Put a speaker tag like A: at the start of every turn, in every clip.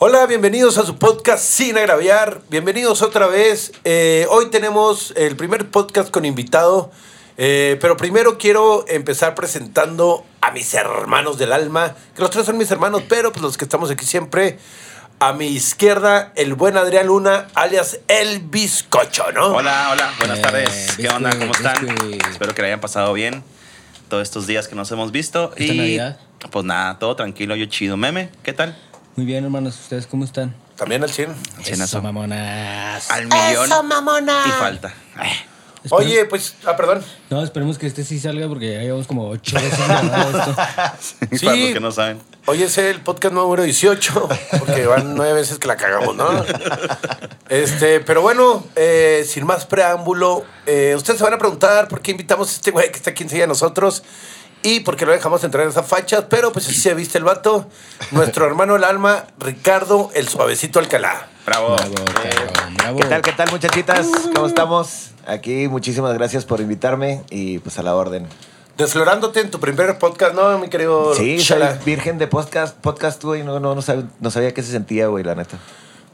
A: Hola, bienvenidos a su podcast Sin Agraviar. Bienvenidos otra vez. Eh, hoy tenemos el primer podcast con invitado. Eh, pero primero quiero empezar presentando a mis hermanos del alma, que los tres son mis hermanos, pero pues los que estamos aquí siempre. A mi izquierda, el buen Adrián Luna, alias El Bizcocho, ¿no?
B: Hola, hola, buenas
C: Eh,
B: tardes. ¿Qué
C: Biscuit,
B: onda? ¿Cómo están?
C: Biscuit.
B: Espero que le hayan pasado bien todos estos días que nos hemos visto.
C: ¿Esta
B: y
C: Navidad?
B: pues nada, todo tranquilo, yo chido. Meme, ¿qué tal?
C: Muy bien, hermanos, ¿ustedes cómo están?
A: También al 100.
B: Llenazo.
C: Eso, mamonas.
B: Al millón.
A: mamona!
B: Y falta. Ay,
C: Espero-
A: Oye, pues, ah, perdón.
C: No, esperemos que este sí salga porque ya llevamos como ocho veces grabando esto.
A: Sí.
B: Para los que no saben.
A: Hoy es el podcast número 18, porque van nueve veces que la cagamos, ¿no? Este, pero bueno, eh, sin más preámbulo, eh, ustedes se van a preguntar por qué invitamos a este güey que está aquí enseguida de nosotros y por qué lo dejamos entrar en esas fachas, pero pues así se viste el vato, nuestro hermano del alma, Ricardo el Suavecito Alcalá.
B: Bravo.
C: Bravo, cabrón, bravo.
D: ¿Qué tal, qué tal, muchachitas? ¿Cómo estamos? Aquí, muchísimas gracias por invitarme y pues a la orden.
A: Desflorándote en tu primer podcast, ¿no, mi querido?
D: Sí, soy
A: Chala?
D: virgen de podcast, podcast tú y no, no, no, sab- no sabía qué se sentía, güey, la neta.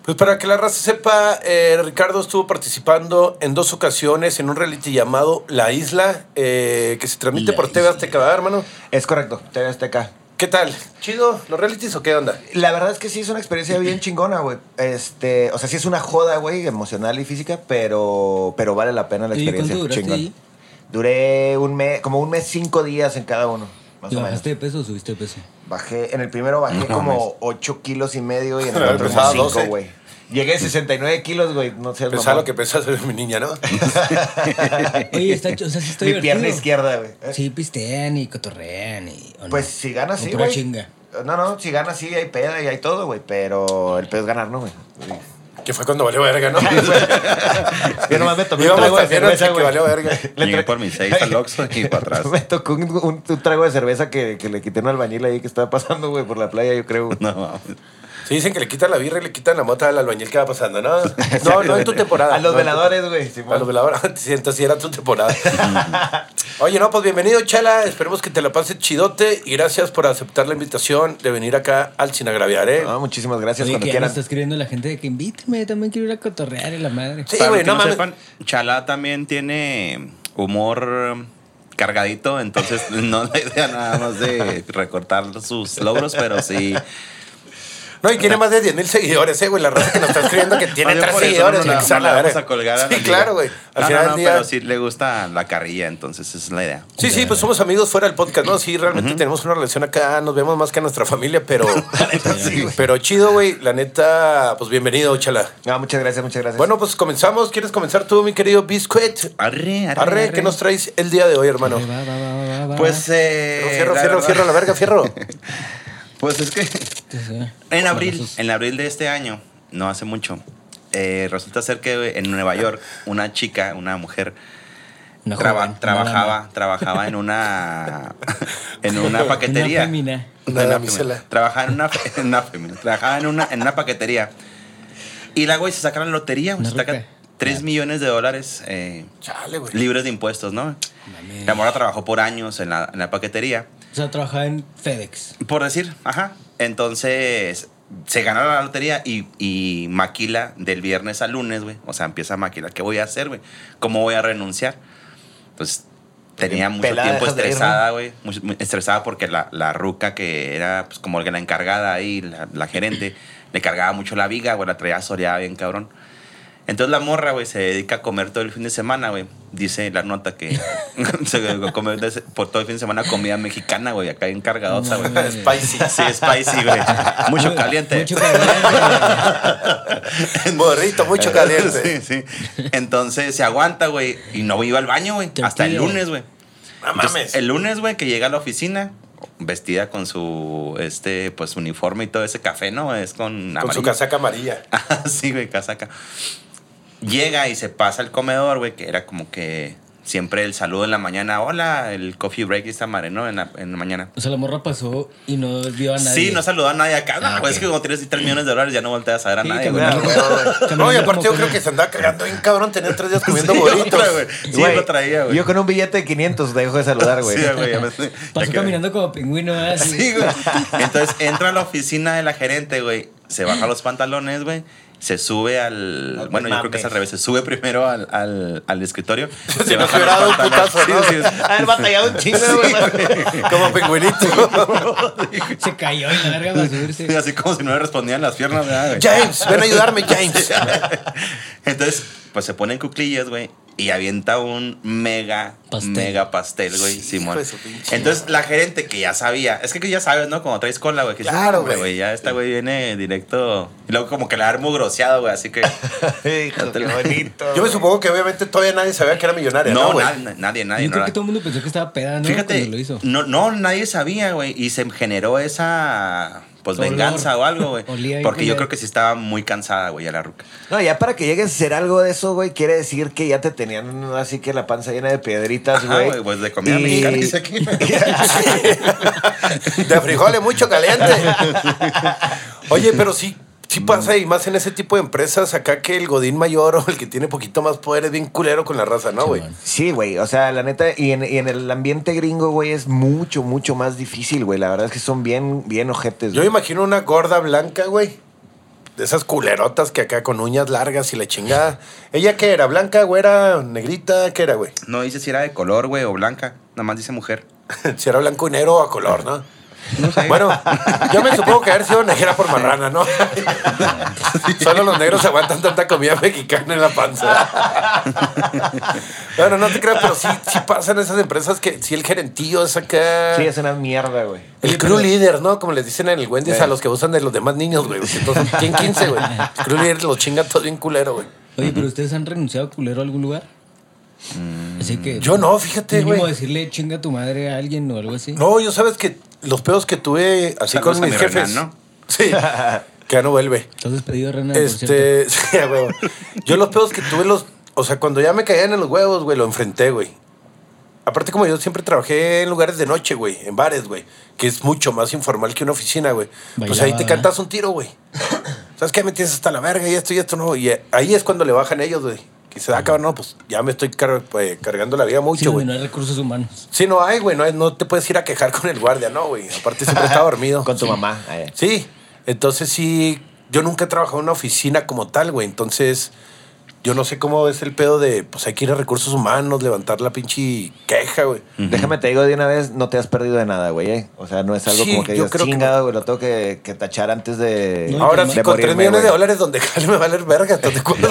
A: Pues para que la raza sepa, eh, Ricardo estuvo participando en dos ocasiones en un reality llamado La Isla, eh, que se transmite
C: La
A: por TV Azteca, ¿verdad, hermano?
D: Es correcto, TV Azteca.
A: ¿Qué tal? ¿Chido? ¿Los realities o qué onda?
D: La verdad es que sí es una experiencia bien chingona, güey. Este, o sea, sí es una joda, güey, emocional y física, pero, pero vale la pena la
C: ¿Y cuánto
D: experiencia.
C: duraste
D: chingón.
C: ahí?
D: Duré un mes, como un mes, cinco días en cada uno, más
C: ¿Y
D: o menos.
C: bajaste de peso o subiste de peso?
D: Bajé, en el primero bajé como 8 kilos y medio y en el
A: Pero
D: otro
A: pesaba
D: como 5,
A: 12.
D: güey. Llegué a 69 kilos, güey. No sé,
A: Pensaba lo que pensás de mi niña, ¿no?
C: Oye, está, ch- o sea, sí está
D: Mi
C: divertido.
D: pierna izquierda, güey. ¿Eh?
C: Sí, pistean y cotorrean y... ¿o no?
D: Pues si ganas,
C: O
D: sí,
C: pura
D: güey.
C: chinga.
D: No, no, si ganas, sí, hay peda y hay todo, güey. Pero el pedo es ganar, ¿no, güey?
A: Que fue cuando valió verga, ¿no?
D: Yo nomás me tomé un
A: Íbamos
D: trago de
A: también al
D: cerveza,
A: que
D: güey.
A: valió verga.
D: Le
B: Llegué
D: tra-
B: por mis seis al Oxxo y para atrás.
D: Me tocó un, un- un trago de cerveza que, que le quité un albañil ahí que estaba pasando, güey, por la playa, yo creo. güey.
B: No, mames.
A: Sí, dicen que le quitan la birra y le quitan la mota al albañil que va pasando, ¿no? No, no en tu temporada.
D: A los
A: No en tu-
D: veladores, güey. Simón.
A: A los veladores, sí, entonces sí era tu temporada. Oye, no, pues bienvenido, Chala. Esperemos que te la pases chidote y gracias por aceptar la invitación de venir acá al Sin Agraviar, ¿eh?
B: Ah.
D: No, muchísimas gracias,
C: Oye,
D: cuando
C: que ya me
D: quieran.
C: está escribiendo la gente de que invítame, también quiero ir a cotorrear y la madre.
A: Sí,
B: Para
A: güey,
B: los que
A: no
B: no,
A: mames.
B: sepan, Chalá también tiene humor eh, cargadito, entonces no la idea nada más de recortar sus logros, pero sí.
A: No, y tiene más de 10 mil seguidores, ¿eh, güey? La raza que nos está escribiendo que tiene
B: Más bien
A: 3
B: por eso,
A: seguidores.
B: no, no,
A: güey,
B: no,
A: que se
B: no la
A: la
B: vamos
A: verga.
B: a colgar a la
A: Sí,
B: liga.
A: claro, güey. Al
B: No, no,
A: final
B: no,
A: del día...
B: pero sí le gusta la carrilla, entonces esa es la idea.
A: Sí, sí, pues somos amigos fuera del podcast, ¿no? Sí, realmente tenemos una relación acá, nos vemos más que a nuestra familia, pero... pero chido, güey. La neta, pues bienvenido, chala.
D: No, muchas gracias, muchas gracias.
A: Bueno, pues comenzamos. ¿Quieres comenzar tú, mi querido Biscuit?
B: Arre, arre,
A: Arre, ¿qué nos traes el día de hoy, hermano?
C: Va, va, va, va, va, va.
B: Pues, eh,
A: Fierro,
B: la
A: fierro,
B: verdad-
A: fierro, la verga, fierro.
B: Pues es que
C: Entonces,
B: en
A: pues
B: abril, en abril de este año, no hace mucho, eh, resulta ser que en Nueva York una chica, una mujer,
C: una
B: traba-
C: joven, una
B: trabajaba,
C: dama.
B: trabajaba en una, en una
C: Una
B: paquetería.
C: fémina.
A: Una
B: Una
A: damisela.
B: fémina. Trabajaba en una, fe- en una fémina. Trabajaba en una, en una paquetería. Y la güey se saca la lotería, güey,
C: Una
B: se saca
C: rica.
B: 3 millones de dólares eh,
A: Chale, güey.
B: libres de impuestos, ¿no?
C: Mames.
B: La mora trabajó por años en la, en la paquetería.
C: O sea, trabajaba en FedEx.
B: Por decir, ajá. Entonces, se gana la lotería y, y maquila del viernes al lunes, güey. O sea, empieza a maquilar. ¿Qué voy a hacer, güey? ¿Cómo voy a renunciar? Pues tenía mucho
D: pelada
B: tiempo
D: dejas de ir,
B: estresada, güey. Muy- muy estresada porque la, la ruca que era pues, como la encargada ahí, la, la gerente, le cargaba mucho la viga, güey. La traía soleada bien cabrón. Entonces la morra, güey, se dedica a comer todo el fin de semana, güey. Dice la nota que se come des- por todo el fin de semana comida mexicana, güey. Acá encargadosa, güey.
C: Mames.
A: Spicy.
B: Sí, spicy, güey. Mucho caliente.
C: Ah, Mucho caliente.
A: Morrito, mucho caliente.
B: Sí, sí. Entonces se aguanta, güey. Y no iba al baño, güey.
C: Te
B: Hasta el
C: pido.
B: lunes, güey.
A: No
B: Entonces,
A: mames.
B: El lunes, güey, que llega a la oficina, vestida con su, este, pues, uniforme y todo ese café, ¿no? Es con
A: Con su
B: amarillo.
A: casaca amarilla.
B: Ah, sí, güey, casaca. Llega y se pasa al comedor, güey, que era como que siempre el saludo en la mañana. Hola, el coffee break y esta madre, ¿no? En la, en la mañana.
C: O sea, la morra pasó y no vio a nadie.
B: Sí, no saludó a nadie acá. No,
C: Ah,
B: güey,
C: ok.
B: es que como tienes 3 millones de dólares ya no volteas a ver a
C: Sí,
B: nadie,
C: también.
B: güey.
D: Claro, güey, güey.
C: Caminando
A: No, y aparte yo
C: como
A: creo que se andaba cagando bien cabrón tener tres días comiendo
B: Sí,
A: burritos.
B: otra, güey. Sí,
D: Güey,
B: lo traía, güey.
D: Yo con un billete de 500 dejo de saludar, güey.
B: Sí, güey, ya me- ya
C: Pasó
B: quedé.
C: caminando como pingüino, ¿eh? así.
B: Sí, güey. Entonces entra a la oficina de la gerente, güey, se baja los pantalones, güey. Se sube al.
D: No
B: bueno, yo creo que es
D: mames.
B: al revés. Se sube primero al, al, al escritorio.
A: Si
B: se
A: nos
B: baja
A: hubiera dado
B: los
A: un
B: pantalones.
A: putazo, ¿no?
B: Sí, sí, sí.
D: Haber batallado un chingo, güey.
A: Como pingüinito.
C: Se cayó en la verga para subirse.
B: Sí, Así como si no le respondían las piernas, ¿verdad, güey?
A: James, ven a ayudarme, James.
B: Entonces, pues se pone en cuclillas, güey. Y avienta un mega,
C: Pastel.
B: mega pastel, güey,
A: Sí,
B: Simón.
A: hijo de su pinche
B: Entonces, la gerente que ya sabía, es que ya sabes, ¿no? Cuando traes cola, güey, que dices,
A: Claro,
B: "Hombre,
A: güey.
B: Ya esta, güey, viene directo. Y luego, como que la armo groseado, güey, así que.
D: Hijo, qué bonito.
A: Yo me supongo que obviamente todavía nadie sabía que era millonaria. No,
B: no,
A: güey?
B: nadie, nadie, nadie.
C: Yo
B: no
C: creo
B: la-
C: que todo el mundo pensó que estaba peda, ¿no?
B: Fíjate,
C: Cuando lo hizo.
B: no, no, nadie sabía, güey, y se generó esa, pues,
C: Olor.
B: venganza o algo, güey.
C: Olía bien
B: Porque yo
C: culero.
B: creo que sí estaba muy cansada, güey, a la ruca.
D: No, ya para que llegues a hacer algo de eso, güey, quiere decir que ya te tenían así que la panza llena de piedritas,
B: Ajá,
D: güey.
B: güey, pues, de comida mexicana, dice aquí.
A: De frijoles mucho caliente. Oye, pero sí, sí pasa y más en ese tipo de empresas acá que el godín mayor o el que tiene poquito más poder es bien culero con la raza, ¿no, güey?
C: Simón.
D: Sí, güey, o sea, la neta, y en, y en el ambiente gringo, güey, es mucho, mucho más difícil, güey. La verdad es que son bien, bien ojetes,
A: Yo
D: güey.
A: me imagino una gorda blanca, güey. De esas culerotas que acá con uñas largas y la chingada. ¿Ella qué era? ¿Blanca, güera, negrita? ¿Qué era, güey?
B: No dice si era de color, güey, o blanca. Nada más dice mujer.
A: Si era blanco y negro o a color, ¿no?
B: No sé.
A: Bueno, yo me supongo que haber sido negra por marrana, ¿no? Solo los negros aguantan tanta comida mexicana en la panza. Bueno, no te creas, pero sí, sí pasan esas empresas que si el gerentillo es acá.
D: Sí, es una mierda, güey.
A: El crew leader, ¿no? Como les dicen en el Wendy's
D: Sí.
A: a los que usan de los demás niños, güey. porque Entonces, tienen 15, güey. El crew leader los chinga todo bien culero, güey.
C: Oye, pero ustedes han renunciado culero a algún lugar.
B: Mm.
C: Así que.
A: Yo no, fíjate,
C: mínimo
A: güey.
C: decirle chinga tu madre a alguien o algo así.
A: No, yo sabes que los pedos que tuve así
B: Saludos
A: con
B: a
A: mis
B: mi
A: jefes.
B: Renan, ¿no?
A: Sí. Que ya no vuelve.
C: Entonces pedido Renan, por cierto.
A: Este, sí, a huevo. Yo los pedos que tuve los, o sea, cuando ya me caían en los huevos, güey, lo enfrenté, güey. Aparte como yo siempre trabajé en lugares de noche, güey, en bares, güey, que es mucho más informal que una oficina, güey. Pues
C: Bailaba,
A: ahí te
C: ¿verdad?
A: cantas un tiro, güey. ¿Sabes qué? Me tienes hasta la verga y esto y esto no. Y eh, ahí es cuando le bajan ellos, güey. Que se da cabrón, no, pues ya me estoy car- pues, cargando la vida
C: Sí,
A: mucho,
C: donde
A: güey.
C: no hay recursos humanos.
A: Sí, no hay, güey, no, hay- no te puedes ir a quejar con el guardia, no, güey. Aparte siempre está dormido.
D: Con tu mamá. eh. Ay,
A: Sí, entonces sí, yo nunca he trabajado en una oficina como tal, güey. Entonces, yo no sé cómo es el pedo de, pues hay que ir a recursos humanos, levantar la pinche queja, güey.
D: Déjame te digo de una vez, no te has perdido de nada, güey. eh. O sea, no es algo
A: Sí,
D: como que
A: yo
D: digas,
A: creo que-
D: chingado, güey, lo tengo que, que tachar antes de.
C: No, y
A: Ahora
C: con-
A: sí,
D: de
A: con
D: morirme,
A: 3 millones de
D: güey.
A: dólares donde jale me valer verga, ¿estás de acuerdo?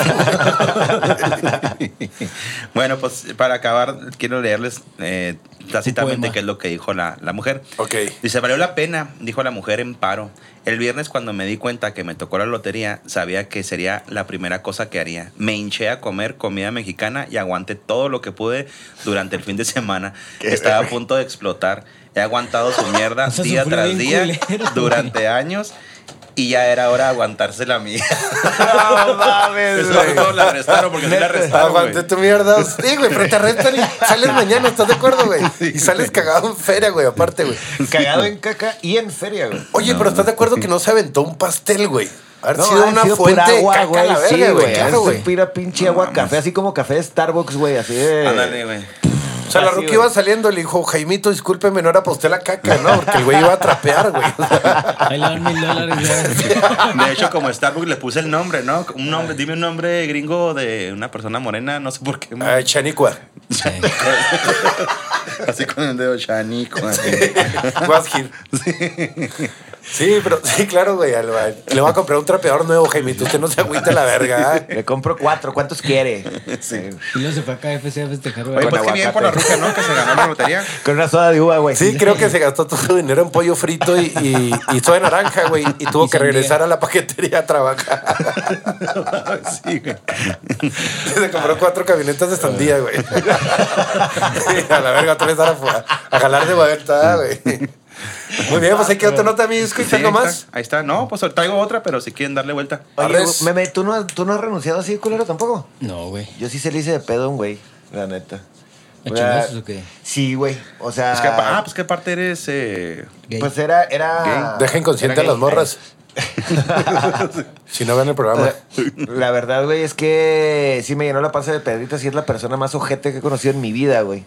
B: Bueno, pues para acabar, quiero leerles eh, tácitamente
C: poema.
B: qué es lo que dijo la, la mujer.
A: ok.
B: Dice, valió la pena, dijo la mujer en paro. El viernes cuando me di cuenta que me tocó la lotería, sabía que sería la primera cosa que haría. Me hinché a comer comida mexicana y aguanté todo lo que pude durante el fin de semana. Estaba a punto de explotar. He aguantado su mierda
C: O sea,
B: día
C: sufrió
B: tras
C: bien
B: día
C: culero, güey.
B: durante años y ya era hora de aguantarse la mía.
D: No mames,
B: Eso
D: güey.
B: no la arrestaron porque sí la arrestaron, güey.
A: Aguante tu mierda. Sí, güey, pero te arrestan y sales mañana, ¿estás de acuerdo, güey? Y sales cagado en feria, güey, aparte, güey.
D: Cagado en caca y en feria, güey.
A: Oye, pero ¿estás de acuerdo que no se aventó un pastel, güey? Haber
D: No,
A: sido
D: ha
A: una
D: sido pura
A: fuente de caca a la
D: sí,
A: verga, güey.
D: güey.
A: claro,
D: Eso
A: güey.
D: pira pinche
B: No
D: agua
B: mames.
D: café, así como café de Starbucks, güey, así de...
B: Ándale, güey.
A: O sea, la
D: Así,
A: Ruki
D: güey.
A: iba saliendo, le dijo, Jaimito, discúlpeme, no era para usted la caca, ¿no? Porque el güey iba a trapear, güey.
C: Ahí le dan mil dólares. ya.
B: De hecho, como Starbucks le puse el nombre, ¿no? Un nombre, dime un nombre gringo de una persona morena, no sé por qué.
A: Ah, Chanicua.
B: Así con el dedo chanico.
A: Guasgir. Sí, pero sí, claro, güey. al- al- Le voy a comprar un trapeador nuevo, Jaimito. Usted no se agüita la verga. ¿ah?
D: Le compro cuatro, ¿cuántos quiere? Eh,
C: Y luego se fue a KFC a festejar, güey.
B: Oye, pues
D: Con
B: qué bien por la ruca,
D: aguacate.
B: ¿no? Que se ganó la lotería.
D: Con una soda de uva, güey.
A: Sí, creo que se gastó todo su dinero en pollo frito y, y, y soda de naranja, güey. Y tuvo
C: Y
A: que
C: sandía.
A: regresar a la paquetería a trabajar.
B: sí, güey.
A: Se compró cuatro camionetas de sandía, güey. Sí, a la verga, tú le a, a jalar de vuelta, güey. Muy bien, pues ahí quedó tu nota, mi disco. ¿Y
B: Sí, ahí
A: tengo más?
B: está, Ahí está. No, pues traigo otra, pero si quieren darle vuelta.
D: Oye,
A: Arres.
D: meme, ¿tú no, ¿tú no has renunciado así, culero, tampoco?
C: No, güey.
D: Yo sí se le hice de pedo a un güey, la neta.
C: ¿A
D: O sea,
C: chingazos o qué?
D: Sí, güey. O sea...
B: Es que, ah, pues qué parte eres. Eh...
C: Gay.
D: Pues era... era
A: Deja inconsciente
D: era
A: a las
D: gay.
A: morras.
D: eh,
A: si no ven el programa.
D: La verdad, güey, es que sí me llenó la panza de pedritas y es la persona más ojete que he conocido en mi vida, güey.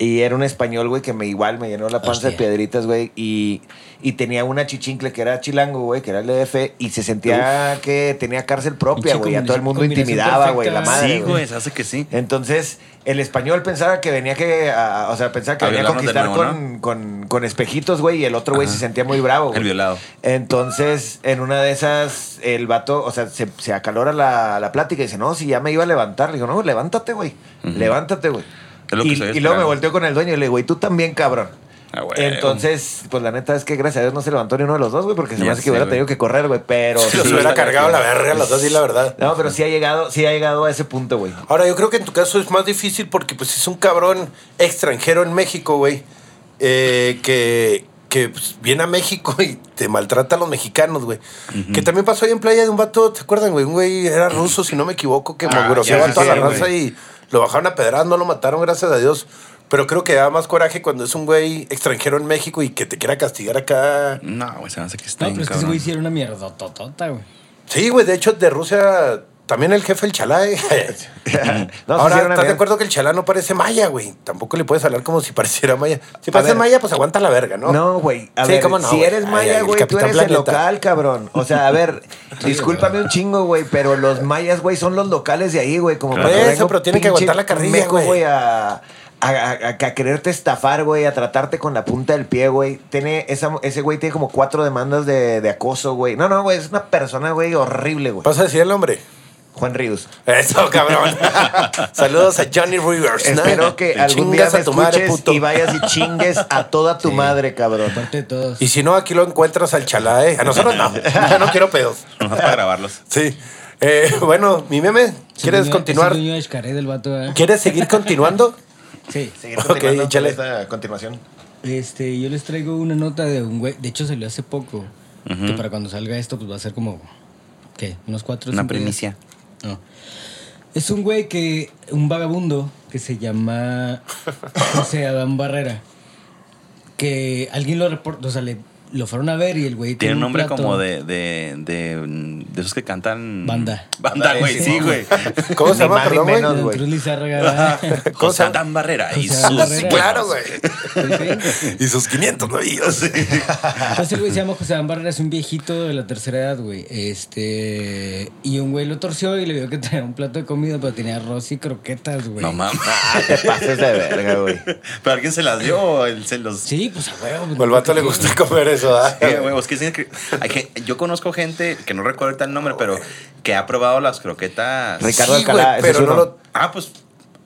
D: Y era un español, güey, que me igual me llenó la panza de
C: Hostia.
D: piedritas, güey. Y, y tenía una chichincle que era chilango, güey, que era el DF. Y se sentía que tenía cárcel propia,
C: Pinche
D: güey. A todo el mundo
C: combinación
D: intimidaba, güey, la
C: perfecta.
D: madre.
B: sí, güey, se hace que sí.
D: Entonces, el español pensaba que venía que, a- o sea, pensaba que
B: A
D: venía a
B: violarnos de
D: conquistar
B: nuevo,
D: con, con- con espejitos, güey, y el otro güey
B: Ajá.
D: se sentía muy bravo. güey.
B: El violado.
D: Entonces, en una de esas, el vato, o sea, se, se acalora la, la plática y dice, no, si ya me iba a levantar. Le digo, no, levántate, güey, levántate, güey.
B: Es lo que
D: Y,
B: estoy
D: y luego me
B: esperando.
D: volteó con el dueño y le digo, y tú también, cabrón.
B: Ah, güey.
D: Entonces, pues la neta es que gracias a Dios no se levantó ni uno de los dos, güey, porque se me
B: Ya
D: hace
B: sé,
D: que hubiera
B: güey.
D: tenido que correr, güey, pero...
A: Los
D: sí.
A: hubiera cargado la verga los dos, di la verdad.
D: No, pero sí ha llegado, sí ha llegado a ese punto, güey.
A: Ahora, yo creo que en tu caso es más difícil porque pues es un cabrón extranjero en México, güey, eh, que, que pues, viene a México y te maltrata a los mexicanos, güey. Que también pasó ahí en Playa de un vato, ¿te acuerdan, güey? Un güey era ruso, si no me equivoco, que
B: Ah,
A: malgroseaba
B: ya
A: a toda la
B: sé,
A: raza y lo bajaron a pedradas, no lo mataron, gracias a Dios. Pero creo que da más coraje cuando es un güey extranjero en México y que te quiera castigar acá.
B: No, güey, se me hace que está
C: No,
B: bien,
C: pero es que ese
B: cabrón.
C: güey hicieron una mierda totota, güey.
A: Sí, güey, de hecho, de Rusia también el jefe, el chalá, eh.
D: No, sí
A: Ahora,
D: hicieron una
A: ¿estás de
D: mierda.
A: acuerdo que el chalá no parece maya, güey? Tampoco le puedes hablar como si pareciera maya. Si
D: A
A: parece
D: ver.
A: maya, pues aguanta la verga, ¿no?
D: No, güey. A
A: Sí,
D: ver,
A: cómo no,
D: si
A: güey.
D: eres
A: Ay, ay,
D: maya,
A: el
D: güey, tú
A: Capitán
D: eres el
A: Planeta.
D: local, cabrón. O sea, a ver, discúlpame un chingo, güey, pero los mayas, güey, son los locales de ahí, güey. Como
A: Por eso, pero tienen que aguantar la carrilla,
D: carrilla,
A: güey.
D: A, a, a- a quererte estafar, güey, a tratarte con la punta del pie, güey. Tiene esa, ese güey tiene como cuatro demandas de, de acoso, güey. No, no, güey, es una persona, güey, horrible, güey.
A: Pues ¿Vas a decir el nombre?
D: Juan Ríos.
A: Eso, cabrón. Saludos a Johnny Rivers. ¿no?
D: Espero que
A: Te
D: algún día
A: pues chingas
D: me
A: a tu madre,
D: escuches
A: puto.
D: y vayas y chingues a toda tu madre, cabrón.
C: Aparte de todos.
A: Y si no, aquí lo encuentras al chalá, ¿eh? A nosotros no. Yo no quiero pedos.
B: Nomás para grabarlos.
A: Sí. Eh, bueno, mi meme,
C: Ese
A: ¿quieres
C: niño-
A: continuar?
C: Ese niño descaré del vato, ¿eh?
A: ¿Quieres seguir continuando?
C: Sí.
D: Seguir
A: Ok,
D: continuando con
A: échale.
D: esta continuación.
C: Este, yo les traigo una nota de un güey. De hecho, salió hace poco. Que para cuando salga esto, pues va a ser como. ¿Qué? Unos cuatro. o
B: Una
C: cinco días.
B: primicia.
C: No. Es un güey que. Un vagabundo que se llama José Adán Barrera. Que alguien lo reportó. O sea, le, lo fueron a ver y el güey.
B: Tiene un nombre
C: plato.
B: como de, de, de, de esos que cantan.
C: Banda.
B: Banda, güey, sí, güey.
A: ¿Cómo se
D: Ni
A: llama?
D: más ni
A: Perdón, güey.
D: menos.
C: de
D: güey.
C: Cruz Lizárraga.
B: José Adán Barrera y
C: José Adán
B: sus.
C: Barrera.
A: Claro, güey.
C: Sí, sí.
A: Y sus 500 novillos.
C: Entonces el güey se llama José Dan Barrera, es un viejito de la tercera edad, güey. Este. Y un güey lo torció y le vio que traía un plato de comida, pero tenía arroz y croquetas, güey.
B: No mames.
D: Ah, te pases de verga, güey.
B: ¿Pero alguien se las dio o él se los.?
C: Sí, pues a huevo. pues,
A: O al vato le gusta comer eso, ¿ah?
B: Eh, güey, es que dicen que- hay gente- yo conozco gente que no recuerdo ahorita el nombre, pero que ha probado las croquetas.
D: Rica- Ricardo Alcalá,
A: güey,
D: ese
A: pero
D: es
A: no
D: uno.
A: lo.
B: Ah, pues.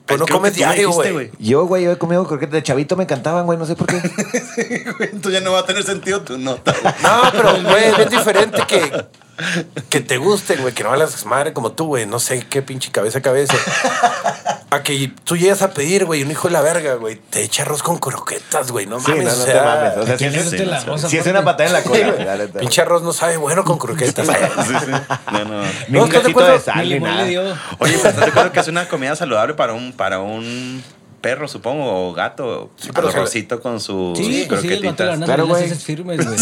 A: Pues no
B: creo
A: comes
B: que tú me
A: diario,
B: dijiste,
A: güey.
D: Yo, güey, yo he comido croquetas de chavito, me encantaban, güey, no sé por qué.
B: Entonces ya no va a tener sentido tu nota. güey.
A: No, pero, güey, es bien diferente que. Que te gusten, güey, que no las madre como tú, güey, no sé qué pinche cabeza a cabeza. A que tú llegas a pedir, güey, un hijo de la verga, güey, te echa arroz con croquetas, güey, no
D: Sí,
A: mames.
D: no,
A: o
D: no
A: sea,
D: te mames. O sea, si
C: ¿Quién le
D: es,
C: gusta
B: sí,
C: el
B: sí,
C: arroz?
D: si es
C: aparte?
D: una patada en la cola, güey, la neta.
A: Pinche arroz no sabe bueno con croquetas.
B: Sí, sí. No, no.
D: Ni
A: No,
D: un
A: ¿estás de
D: cachito
A: acuerdo?
D: de sal,
C: Ni
D: ni
C: limón
D: nada.
C: le pues, dio.
B: Oye, pues estás de acuerdo que es una comida saludable para un, para un perro, supongo, o gato.
A: pero
B: arrocito con su
C: Sí, pues sí, el vato la
B: croquetitas.
C: nada,
D: Claro,
C: las
D: güey.
C: esas firmes, güey.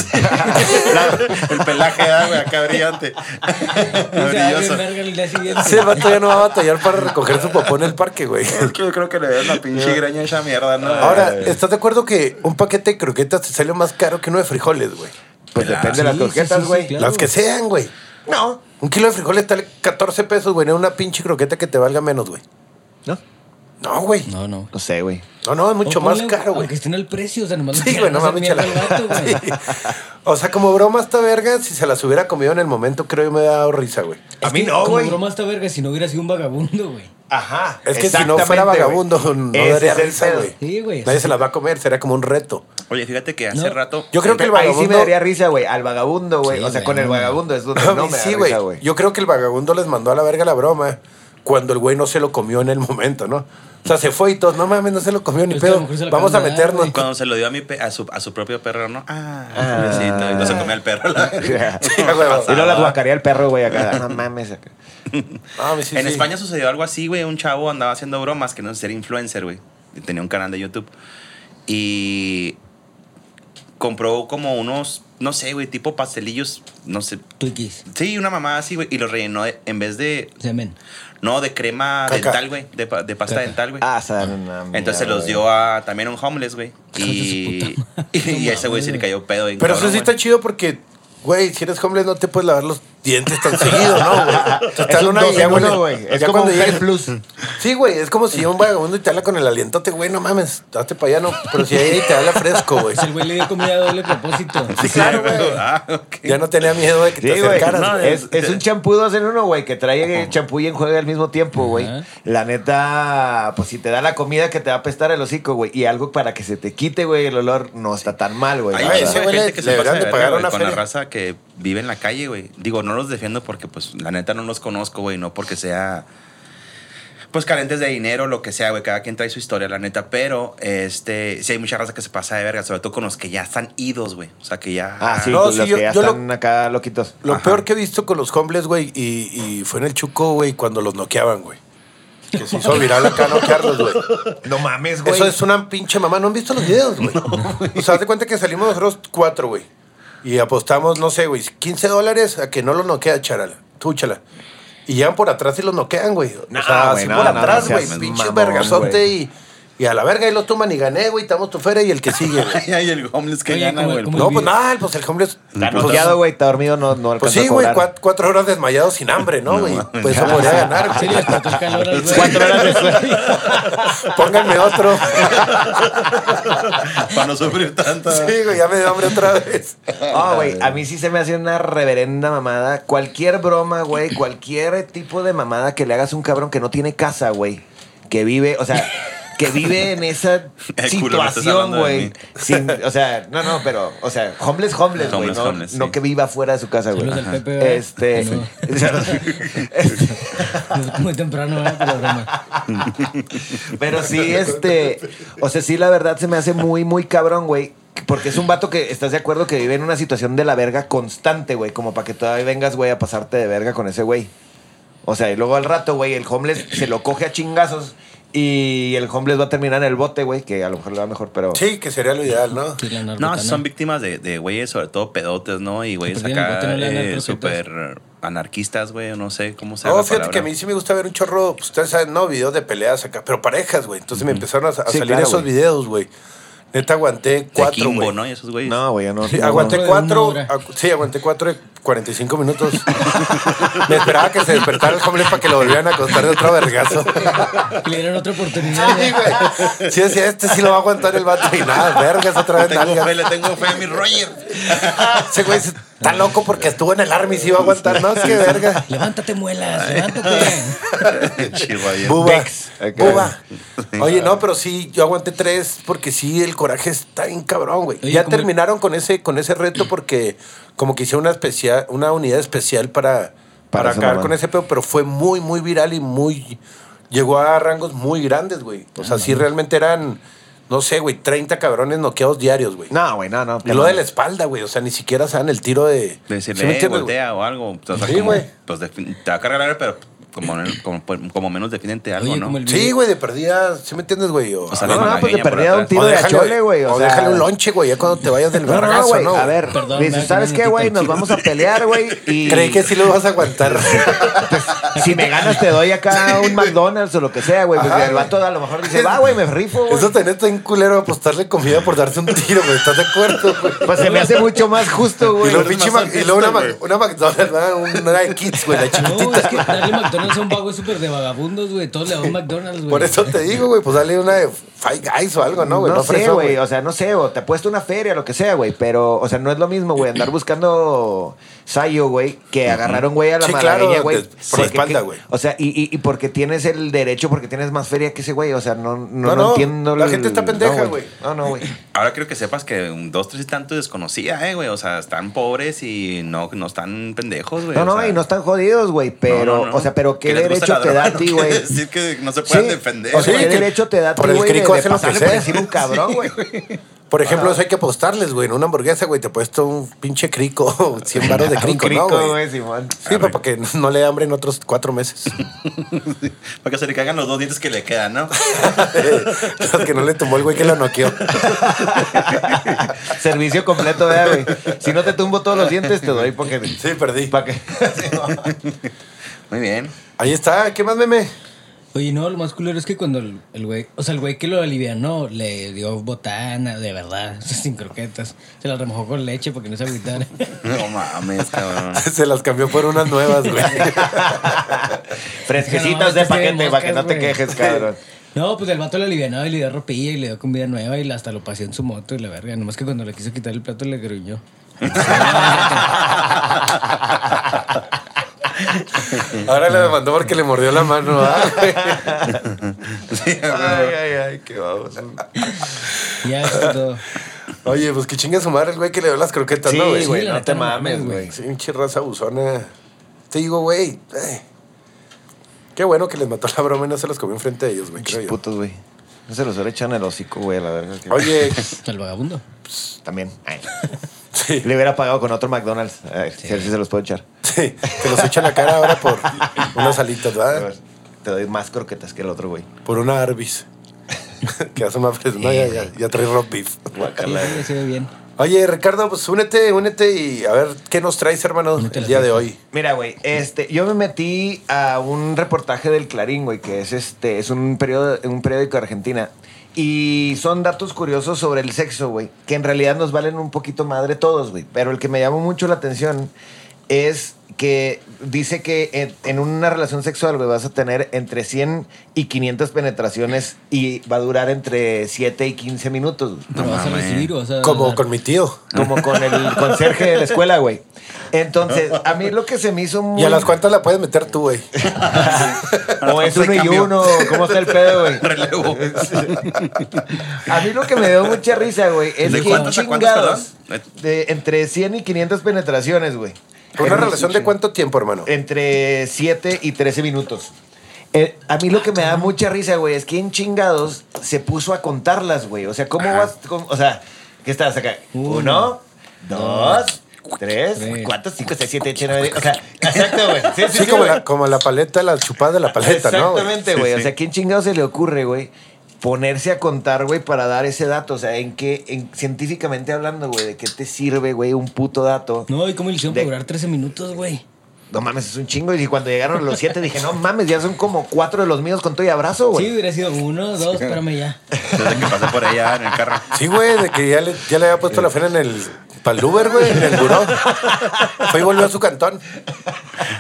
B: el pelaje, ah, güey, acá brillante.
C: O sea, ay,
B: Brilloso.
C: verga, el día siguiente.
A: Ese vato ya no va a batallar para recoger su popó en el parque, güey.
B: Es que yo creo que le ves la pinche greña a esa mierda, ¿no?
A: Ahora,
B: Eh,
A: ¿estás de acuerdo que un paquete de croquetas te sale más caro que uno de frijoles, güey?
D: Pues depende de las
C: Sí, sí,
D: croquetas,
C: sí,
D: güey.
C: sí, claro.
A: Las que sean, güey.
D: No.
A: Un kilo de frijoles está 14 pesos, güey. No una pinche croqueta que te valga menos, güey.
D: No.
A: No, güey.
C: No, no.
D: No sé, güey.
A: No, no, es mucho
C: O
A: más
C: ponle,
A: caro, güey.
C: Aunque esté en el precio, o sea, nomás le
A: Sí, güey,
C: quieren
A: no
C: hacer
A: mames,
C: mierda
A: chala.
C: al vato, güey.
A: Sí. O sea, como broma esta verga, si se las hubiera comido en el momento, creo que me hubiera dado risa, güey.
D: A
C: Es
D: mí
C: que
D: no,
C: como
D: güey.
C: broma esta verga si no hubiera sido un vagabundo, güey.
D: Ajá.
A: Es que si no fuera vagabundo, no daría risa, güey.
C: Sí, güey.
A: Nadie se las va a comer, sería como un reto.
B: Oye, fíjate que hace
C: No.
B: rato.
A: Yo creo que el
D: Ahí sí me
A: vagabundo.
D: daría risa, güey. Al vagabundo, güey.
C: Sí,
D: o sea,
C: güey,
D: con el
C: no,
D: vagabundo es donde
A: A
D: Pues no
A: mí
D: me
A: sí,
D: da
A: güey.
D: risa, güey.
A: Yo creo que el vagabundo les mandó a la verga la broma cuando el güey no se lo comió en el momento, ¿no? O sea, se fue y todos, no mames, no se lo comió ni
C: Pues que a lo
A: pedo.
C: mejor se lo
A: Vamos a
C: acaban de dar,
A: meternos.
B: Cuando se lo dio a, mi pe- a, su, a su propio perro, ¿no? Ah,
D: Ah.
B: pobrecito, y no se comió el perro. la-
A: Sí, a huevo.
D: Y luego la guacaría el perro, güey, acá. No mames. acá.
A: Ah, sí,
B: en
A: sí.
B: España sucedió algo así, güey. Un chavo andaba haciendo bromas, que no sé, era influencer, güey. Tenía un canal de YouTube. Y compró como unos, no sé, güey, tipo pastelillos, no sé.
C: Twinkies.
B: Sí, una mamá así, güey, y los rellenó de- en vez de,
C: Semen.
B: no, de crema
A: Caca.
B: dental, güey, de, pa- de pasta
C: Caca.
B: dental, güey.
D: Ah, o sea, una
B: Entonces se
D: mierda,
B: los
D: güey.
B: dio a también a un homeless, güey.
C: Hijo
B: Y,
C: de su puta
B: y,
C: madre.
B: a ese güey se le cayó pedo. bien
A: Pero
B: cabrón,
A: eso sí
B: güey.
A: está chido porque, güey, si eres homeless no te puedes lavar los dientes tan seguido, ¿no? güey? Entonces, te
D: Es
A: dan
D: un dos en
A: ya,
D: uno, güey. Es
A: ya
D: como
A: cuando
D: un
A: llegas-
D: Care Plus.
A: Sí, güey, es como si un vagabundo y te habla con el alientote, güey, no mames, date para allá, no. Pero si ahí te habla fresco, güey.
C: O sea, el güey le dio comida a doble propósito.
A: Sí, claro, güey.
B: Ah, ok.
A: Ya no tenía miedo de que te
D: Sí, güey.
A: acercaras.
B: No,
A: güey. Este.
D: es, es un champú dos en uno, güey, que trae champú y enjuague al mismo tiempo, güey.
C: Ajá.
D: La neta, pues si te da la comida que te va a apestar el hocico, güey, y algo para que se te quite, güey, el olor, no está tan mal, güey.
B: Hay
D: la
A: Ay,
D: verdad.
A: ese
B: mucha
A: güey
B: gente
A: le-
B: que
A: le
B: se pasa
A: deberán
B: de
A: de
B: verga,
A: pagar
B: güey,
A: una
B: con la
A: feria.
B: raza que vive en la calle, güey. Digo, no los defiendo porque, pues, la neta no los conozco, güey. No porque sea, pues, carentes de dinero, lo que sea, güey. Cada quien trae su historia, la neta. Pero, este, sí hay mucha raza que se pasa de verga. Sobre todo con los que ya están idos, güey. O sea, que ya...
D: Ah, sí,
A: No,
D: pues
A: sí,
D: los
A: yo-
D: que ya
A: yo lo-
D: están acá loquitos.
A: Lo
B: Ajá.
A: peor que he visto con los homeless, güey, y, y fue en el Chuco, güey, cuando los noqueaban, güey. Que se hizo viral acá noquearlos, güey.
D: No mames, güey.
A: Eso es una pinche mamá. ¿No han visto los videos, güey? o sea, haz de cuenta que salimos nosotros cuatro, güey. Y apostamos, no sé, güey, 15 dólares a que no los noquea, charala. Tú, chala. Y llegan por atrás y los noquean, güey.
D: No,
A: o sea,
D: güey,
A: así
D: no,
A: por
D: no,
A: atrás,
D: no
A: güey.
D: seas
A: pinche
D: mamón,
A: vergazote
D: güey.
A: y, y a la verga ahí los toman y gané, güey. Estamos tu feria y el que sigue, güey.
B: y el homeless que
C: Oye,
B: gana,
C: como-
B: güey.
C: como-
A: No,
C: Muy
A: pues
C: bien.
A: nada, pues el homeless.
D: Está
A: pues,
D: noqueado, güey, está dormido, no,
A: Pues
D: no alcanza
A: sí,
D: a
A: güey,
D: cobrar.
A: cuat- cuatro horas desmayado sin hambre, ¿no, güey?
B: mames.
A: pues eso podría ganar,
C: Sí,
A: güey.
C: le despertó el calor al güey.
D: Ah, Cuatro horas de sueño.
A: Pónganme otro.
B: Para no sufrir tanto.
C: pues,
A: Sí, güey, ya me dio hambre otra vez.
D: Ah, güey, a mí sí se me hace una reverenda mamada. Cualquier broma, güey, cualquier tipo de mamada que le hagas a un cabrón que no tiene casa, güey. Que vive, o sea, que vive en esa
B: Eh, culo, me estás
D: situación,
B: hablando de
D: güey.
B: mí.
D: Sin- O sea, no, no, pero, o sea, homeless, homeless, güey.
B: Homeless,
D: No,
B: homeless,
D: no
B: sí.
D: que viva fuera de su casa, güey.
C: Saludos al Pepe, ¿verdad?
D: Este.
C: No.
D: este
C: Muy temprano, ¿verdad? Pero broma.
D: Pero sí, este. O sea, sí, la verdad se me hace muy, muy cabrón, güey. Porque es un vato que, ¿estás de acuerdo? Que vive en una situación de la verga constante, güey. Como para que todavía vengas, güey, a pasarte de verga con ese güey. O sea, y luego al rato, güey, el homeless se lo coge a chingazos. Y el homeless va a terminar en el bote, güey. Que a lo mejor le va mejor, pero.
A: Sí, que sería lo ideal, ¿no?
C: Sí, la
B: No,
C: narcotana.
B: son víctimas de, de güeyes, sobre todo pedotes, ¿no? Y güeyes
C: perdieron el
B: acá
C: bote, no le dan
B: eh,
C: al
B: súper anarquistas, güey, no sé cómo se
A: No,
B: llama.
A: Oh, fíjate que a mí sí me gusta ver un chorro, pues, ustedes saben, ¿no? Videos de peleas acá, pero parejas, güey. Entonces me empezaron a, a
D: Sí,
A: salir
D: claro,
A: esos
D: güey.
A: videos, güey. Neta, aguanté
B: De
A: cuatro,
B: Kimbo,
A: güey.
B: ¿no? Y esos güeyes.
D: No, güey, yo no.
A: Sí,
D: no.
A: aguanté
C: Uno de
A: cuatro,
C: una hora.
A: agu- sí, aguanté cuatro de 45 minutos. Me esperaba que se despertara el homeless para que lo volvieran a acostar de otro vergazo.
C: Que Le dieron otra oportunidad. güey.
A: Sí, decía, este sí lo va a aguantar el vato y nada, vergas otra vez.
B: Tengo
A: nalga.
B: fe, le tengo fe a mi Roger.
A: Ese güey está loco porque estuvo en el army y sí iba a aguantar, ¿no? Qué verga.
C: Levántate, muelas, levántate.
B: Chihuahua.
A: Buba.
D: Vex. Acá.
A: Buba. Oye, no, pero sí, yo aguanté tres porque sí, el coraje está bien cabrón, güey.
C: Oye,
A: Ya
C: como-
A: terminaron con ese, con ese reto porque como que hicieron una especial, una unidad especial para, para,
D: Para esa
A: acabar
D: mamá.
A: con ese pedo, pero fue muy, muy viral y muy. Llegó a rangos muy grandes, güey. O sea, sí realmente eran, no sé, güey, 30 cabrones noqueados diarios, güey.
D: No, güey, no, no.
A: Y lo de la espalda, güey. O sea, ni siquiera saben el tiro de.
B: De
A: ¿Sí
B: Decirle,
A: me
B: eh,
A: entiendes, güey?
B: voltea o algo. O sea,
A: Sí,
B: como,
A: güey.
B: pues defi- te va a cargar, pero como, como, pues, como menos defiéndete algo,
C: Oye,
B: ¿no?
C: como el
A: Sí, güey, de perdida. ¿Sí me entiendes, güey? O,
B: O
A: sea,
B: sea,
D: No, no, pues te
B: Malagueña por
D: perdía un
B: atrás.
D: tiro
A: o
D: de
A: déjale-
D: achole, güey.
A: O,
D: sea,
A: déjale un lonche, güey, ya cuando te vayas del
D: No, no,
A: vergazo,
D: güey.
A: ¿no?
D: a ver,
C: Perdón, me
D: dice,
C: da
D: ¿sabes
C: un
D: qué, güey? Nos
C: minutito.
D: vamos a pelear, güey. Y... Pues
A: Creí que sí lo vas a aguantar.
D: Si me ganas, te doy acá un McDonald's o lo que sea, güey. Pues
A: Ajá,
D: el
A: güey.
D: vato a lo mejor dice, va, güey, me rifo, güey.
A: Eso tenés tan culero apostarle comida por darte un tiro, güey. ¿Estás de acuerdo, güey?
D: Pues se me hace mucho más justo,
A: Y
D: güey.
A: luego,
B: eres
A: pinche
B: más
A: Mac- y luego una,
B: honesto,
A: Mac- una McDonald's, ¿verdad? una de Kids, güey, la
C: No, es que
A: chiquitita.
C: darle McDonald's a un vago es súper de vagabundos, güey. Todos le dan McDonald's, güey.
A: Por eso te digo, güey, pues dale una de Five Guys o algo, ¿no,
D: No,
A: güey?
D: sé,
A: fresón,
D: güey. O sea, no sé, o te apuesto una feria, lo que sea, güey. Pero, o sea, no es lo mismo, güey, andar buscando Sayo, güey, que agarraron, güey, a la
A: Sí, claro,
D: malagueña, güey.
A: de- por la
D: Porque-
A: espalda, güey.
D: O sea, y, y, y porque tienes el derecho, porque tienes más feria que ese güey. O sea, no, no,
A: No,
D: no
A: no,
D: entiendo.
A: la
D: el-
A: gente está pendeja,
D: no,
A: güey.
D: No, no, güey.
B: Ahora creo que sepas que un dos, tres y tanto desconocía, eh, güey. O sea, están pobres y no, no están pendejos, güey.
D: No,
B: o
D: no,
B: sea,
D: y no están jodidos, güey. Pero,
B: no, no, no.
D: o sea, pero
B: Que
D: qué
B: les gusta
D: derecho
B: la
D: te da
B: droga
D: a
B: no
D: ti,
B: quiere
D: güey.
B: decir que no se puedan
D: Sí.
B: defender.
D: O sea,
A: Sí,
D: ¿qué
A: que
D: derecho te da a ti,
A: por el
D: güey, de,
A: crico
D: de
A: hacen lo que
D: pasarle
A: sea.
D: por encima a un cabrón, güey?
A: Por ejemplo, eso hay que apostarles, güey. En una hamburguesa, güey, te he puesto un pinche crico, 100 baros de
D: Un
A: crico,
D: crico,
A: ¿no, güey?
D: güey, Simón.
A: Sí, para que no le dé hambre en otros cuatro meses.
B: Para que se le caigan los dos dientes que le quedan, ¿no?
A: Los que no le tomó el güey que la noqueó.
D: Servicio completo, vea, güey. Si no te tumbo todos los dientes, te doy porque.
A: Sí, perdí.
D: ¿Para qué?
B: Muy bien.
A: Ahí está. ¿Qué más, meme?
C: Oye, no, lo más culero es que cuando el el güey, o sea, el güey que lo alivianó le dio botana, de verdad, o sea, sin croquetas. Se la remojó con leche porque no se agüitara.
B: No mames, cabrón.
A: Se las cambió por unas nuevas, güey.
D: Fresquecitas de
C: No, mames,
D: paquete, para que no te
C: güey.
D: quejes, cabrón.
C: No, pues el vato lo alivianó y le dio ropilla y le dio comida nueva y hasta lo paseó en su moto y la verga. Nomás que cuando le quiso quitar el plato le gruñó.
A: Ahora le demandó porque le mordió la mano. ¿ah, güey?
B: Sí,
D: Ay,
B: güey.
D: ay, ay, qué vamos.
C: Ya es todo.
A: Oye, pues que chinga su madre el güey que le dio las croquetas,
D: Sí,
A: ¿no, güey?
D: güey,
C: la
D: no
C: neta,
D: te
C: no
D: mames,
C: mames,
D: güey.
A: Sí, pinche raza abusona. Te digo, güey. eh, Qué bueno que les mató la broma y no se los comió enfrente de ellos, güey, creo
D: Pinches
A: yo.
D: putos, güey. No se los hubiera echado en el hocico, güey, la verdad. que-
A: Oye,
C: El vagabundo.
D: También. Ay.
A: sí,
D: Le hubiera pagado con otro McDonald's. A ver, si a ver si se los puedo echar.
A: sí, te los echa en la cara ahora por unas alitas,
D: A
A: ¿verdad?
D: ver, te doy más croquetas que el otro, güey.
A: Por una Arby's. que hace más fresco. No, ya, ya, ya trae rock beef.
C: Sí, sí, se ve bien.
A: Oye, Ricardo, pues únete, únete y a ver qué nos traes, hermano,
C: Únete
A: el
C: a la
A: día de
C: fiesta.
A: hoy.
D: Mira, güey, este, yo me metí a un reportaje del Clarín, güey, que es este, es un periodo, un periódico de Argentina. Y son datos curiosos sobre el sexo, güey, que en realidad nos valen un poquito madre todos, güey. Pero el que me llamó mucho la atención es que dice que en, en una relación sexual, güey, vas a tener entre 100 y 500 penetraciones y va a durar entre 7 y 15 minutos, güey.
B: No
C: ¿Lo vas a
B: mames.
C: recibir o vas a
A: Como
C: dar?
A: con mi tío.
D: Como con el conserje de la escuela, güey. Entonces, a mí lo que se me hizo muy...
A: ¿Y a las cuantas la puedes meter tú, güey?
D: O es
B: Soy
D: uno y
B: cambio.
D: uno. ¿Cómo está el pedo, güey?
B: Relevo.
D: A mí lo que me dio mucha risa, güey, es
B: ¿De
D: que
B: cuántas a cuántas,
D: chingados.
B: perdón?
D: De entre 100 y 500 penetraciones, güey.
A: ¿Una
D: En-
A: relación de cuánto tiempo, hermano?
D: Entre 7 y 13 minutos. Eh, a mí lo que me da mucha risa, güey, es que en chingados se puso a contarlas, güey. O sea, ¿cómo
B: Ajá.
D: vas? cómo- o sea, ¿qué estás acá? Uno,
C: Uno,
D: dos, tres,
C: tres.
D: cuatro, cinco, seis, siete, ocho, nueve. diez. O sea, exacto, güey. Sí, sí,
A: Sí,
D: sí,
A: como,
D: güey.
A: la, como la paleta, la chupada de la paleta, ¿no? güey?
D: Exactamente, güey. O sea, ¿quién chingado se le ocurre, güey? Ponerse a contar, güey, para dar ese dato. O sea, ¿en qué, en, científicamente hablando, güey, de qué te sirve, güey, un puto dato?
C: No, ¿y cómo le hicieron
D: De-
C: para durar 13 minutos, güey?
D: No mames, es un chingo. Y cuando llegaron los siete, dije, no mames, ya son como cuatro de los míos con todo y abrazo,
C: Sí,
D: güey.
C: hubiera sido uno, dos, espérame ya.
B: Desde que pasé por allá en el carro.
A: Sí, güey, de que ya le, ya le había puesto la frena en el. Para el Uber, güey, en el buró. Fue y volvió a su cantón.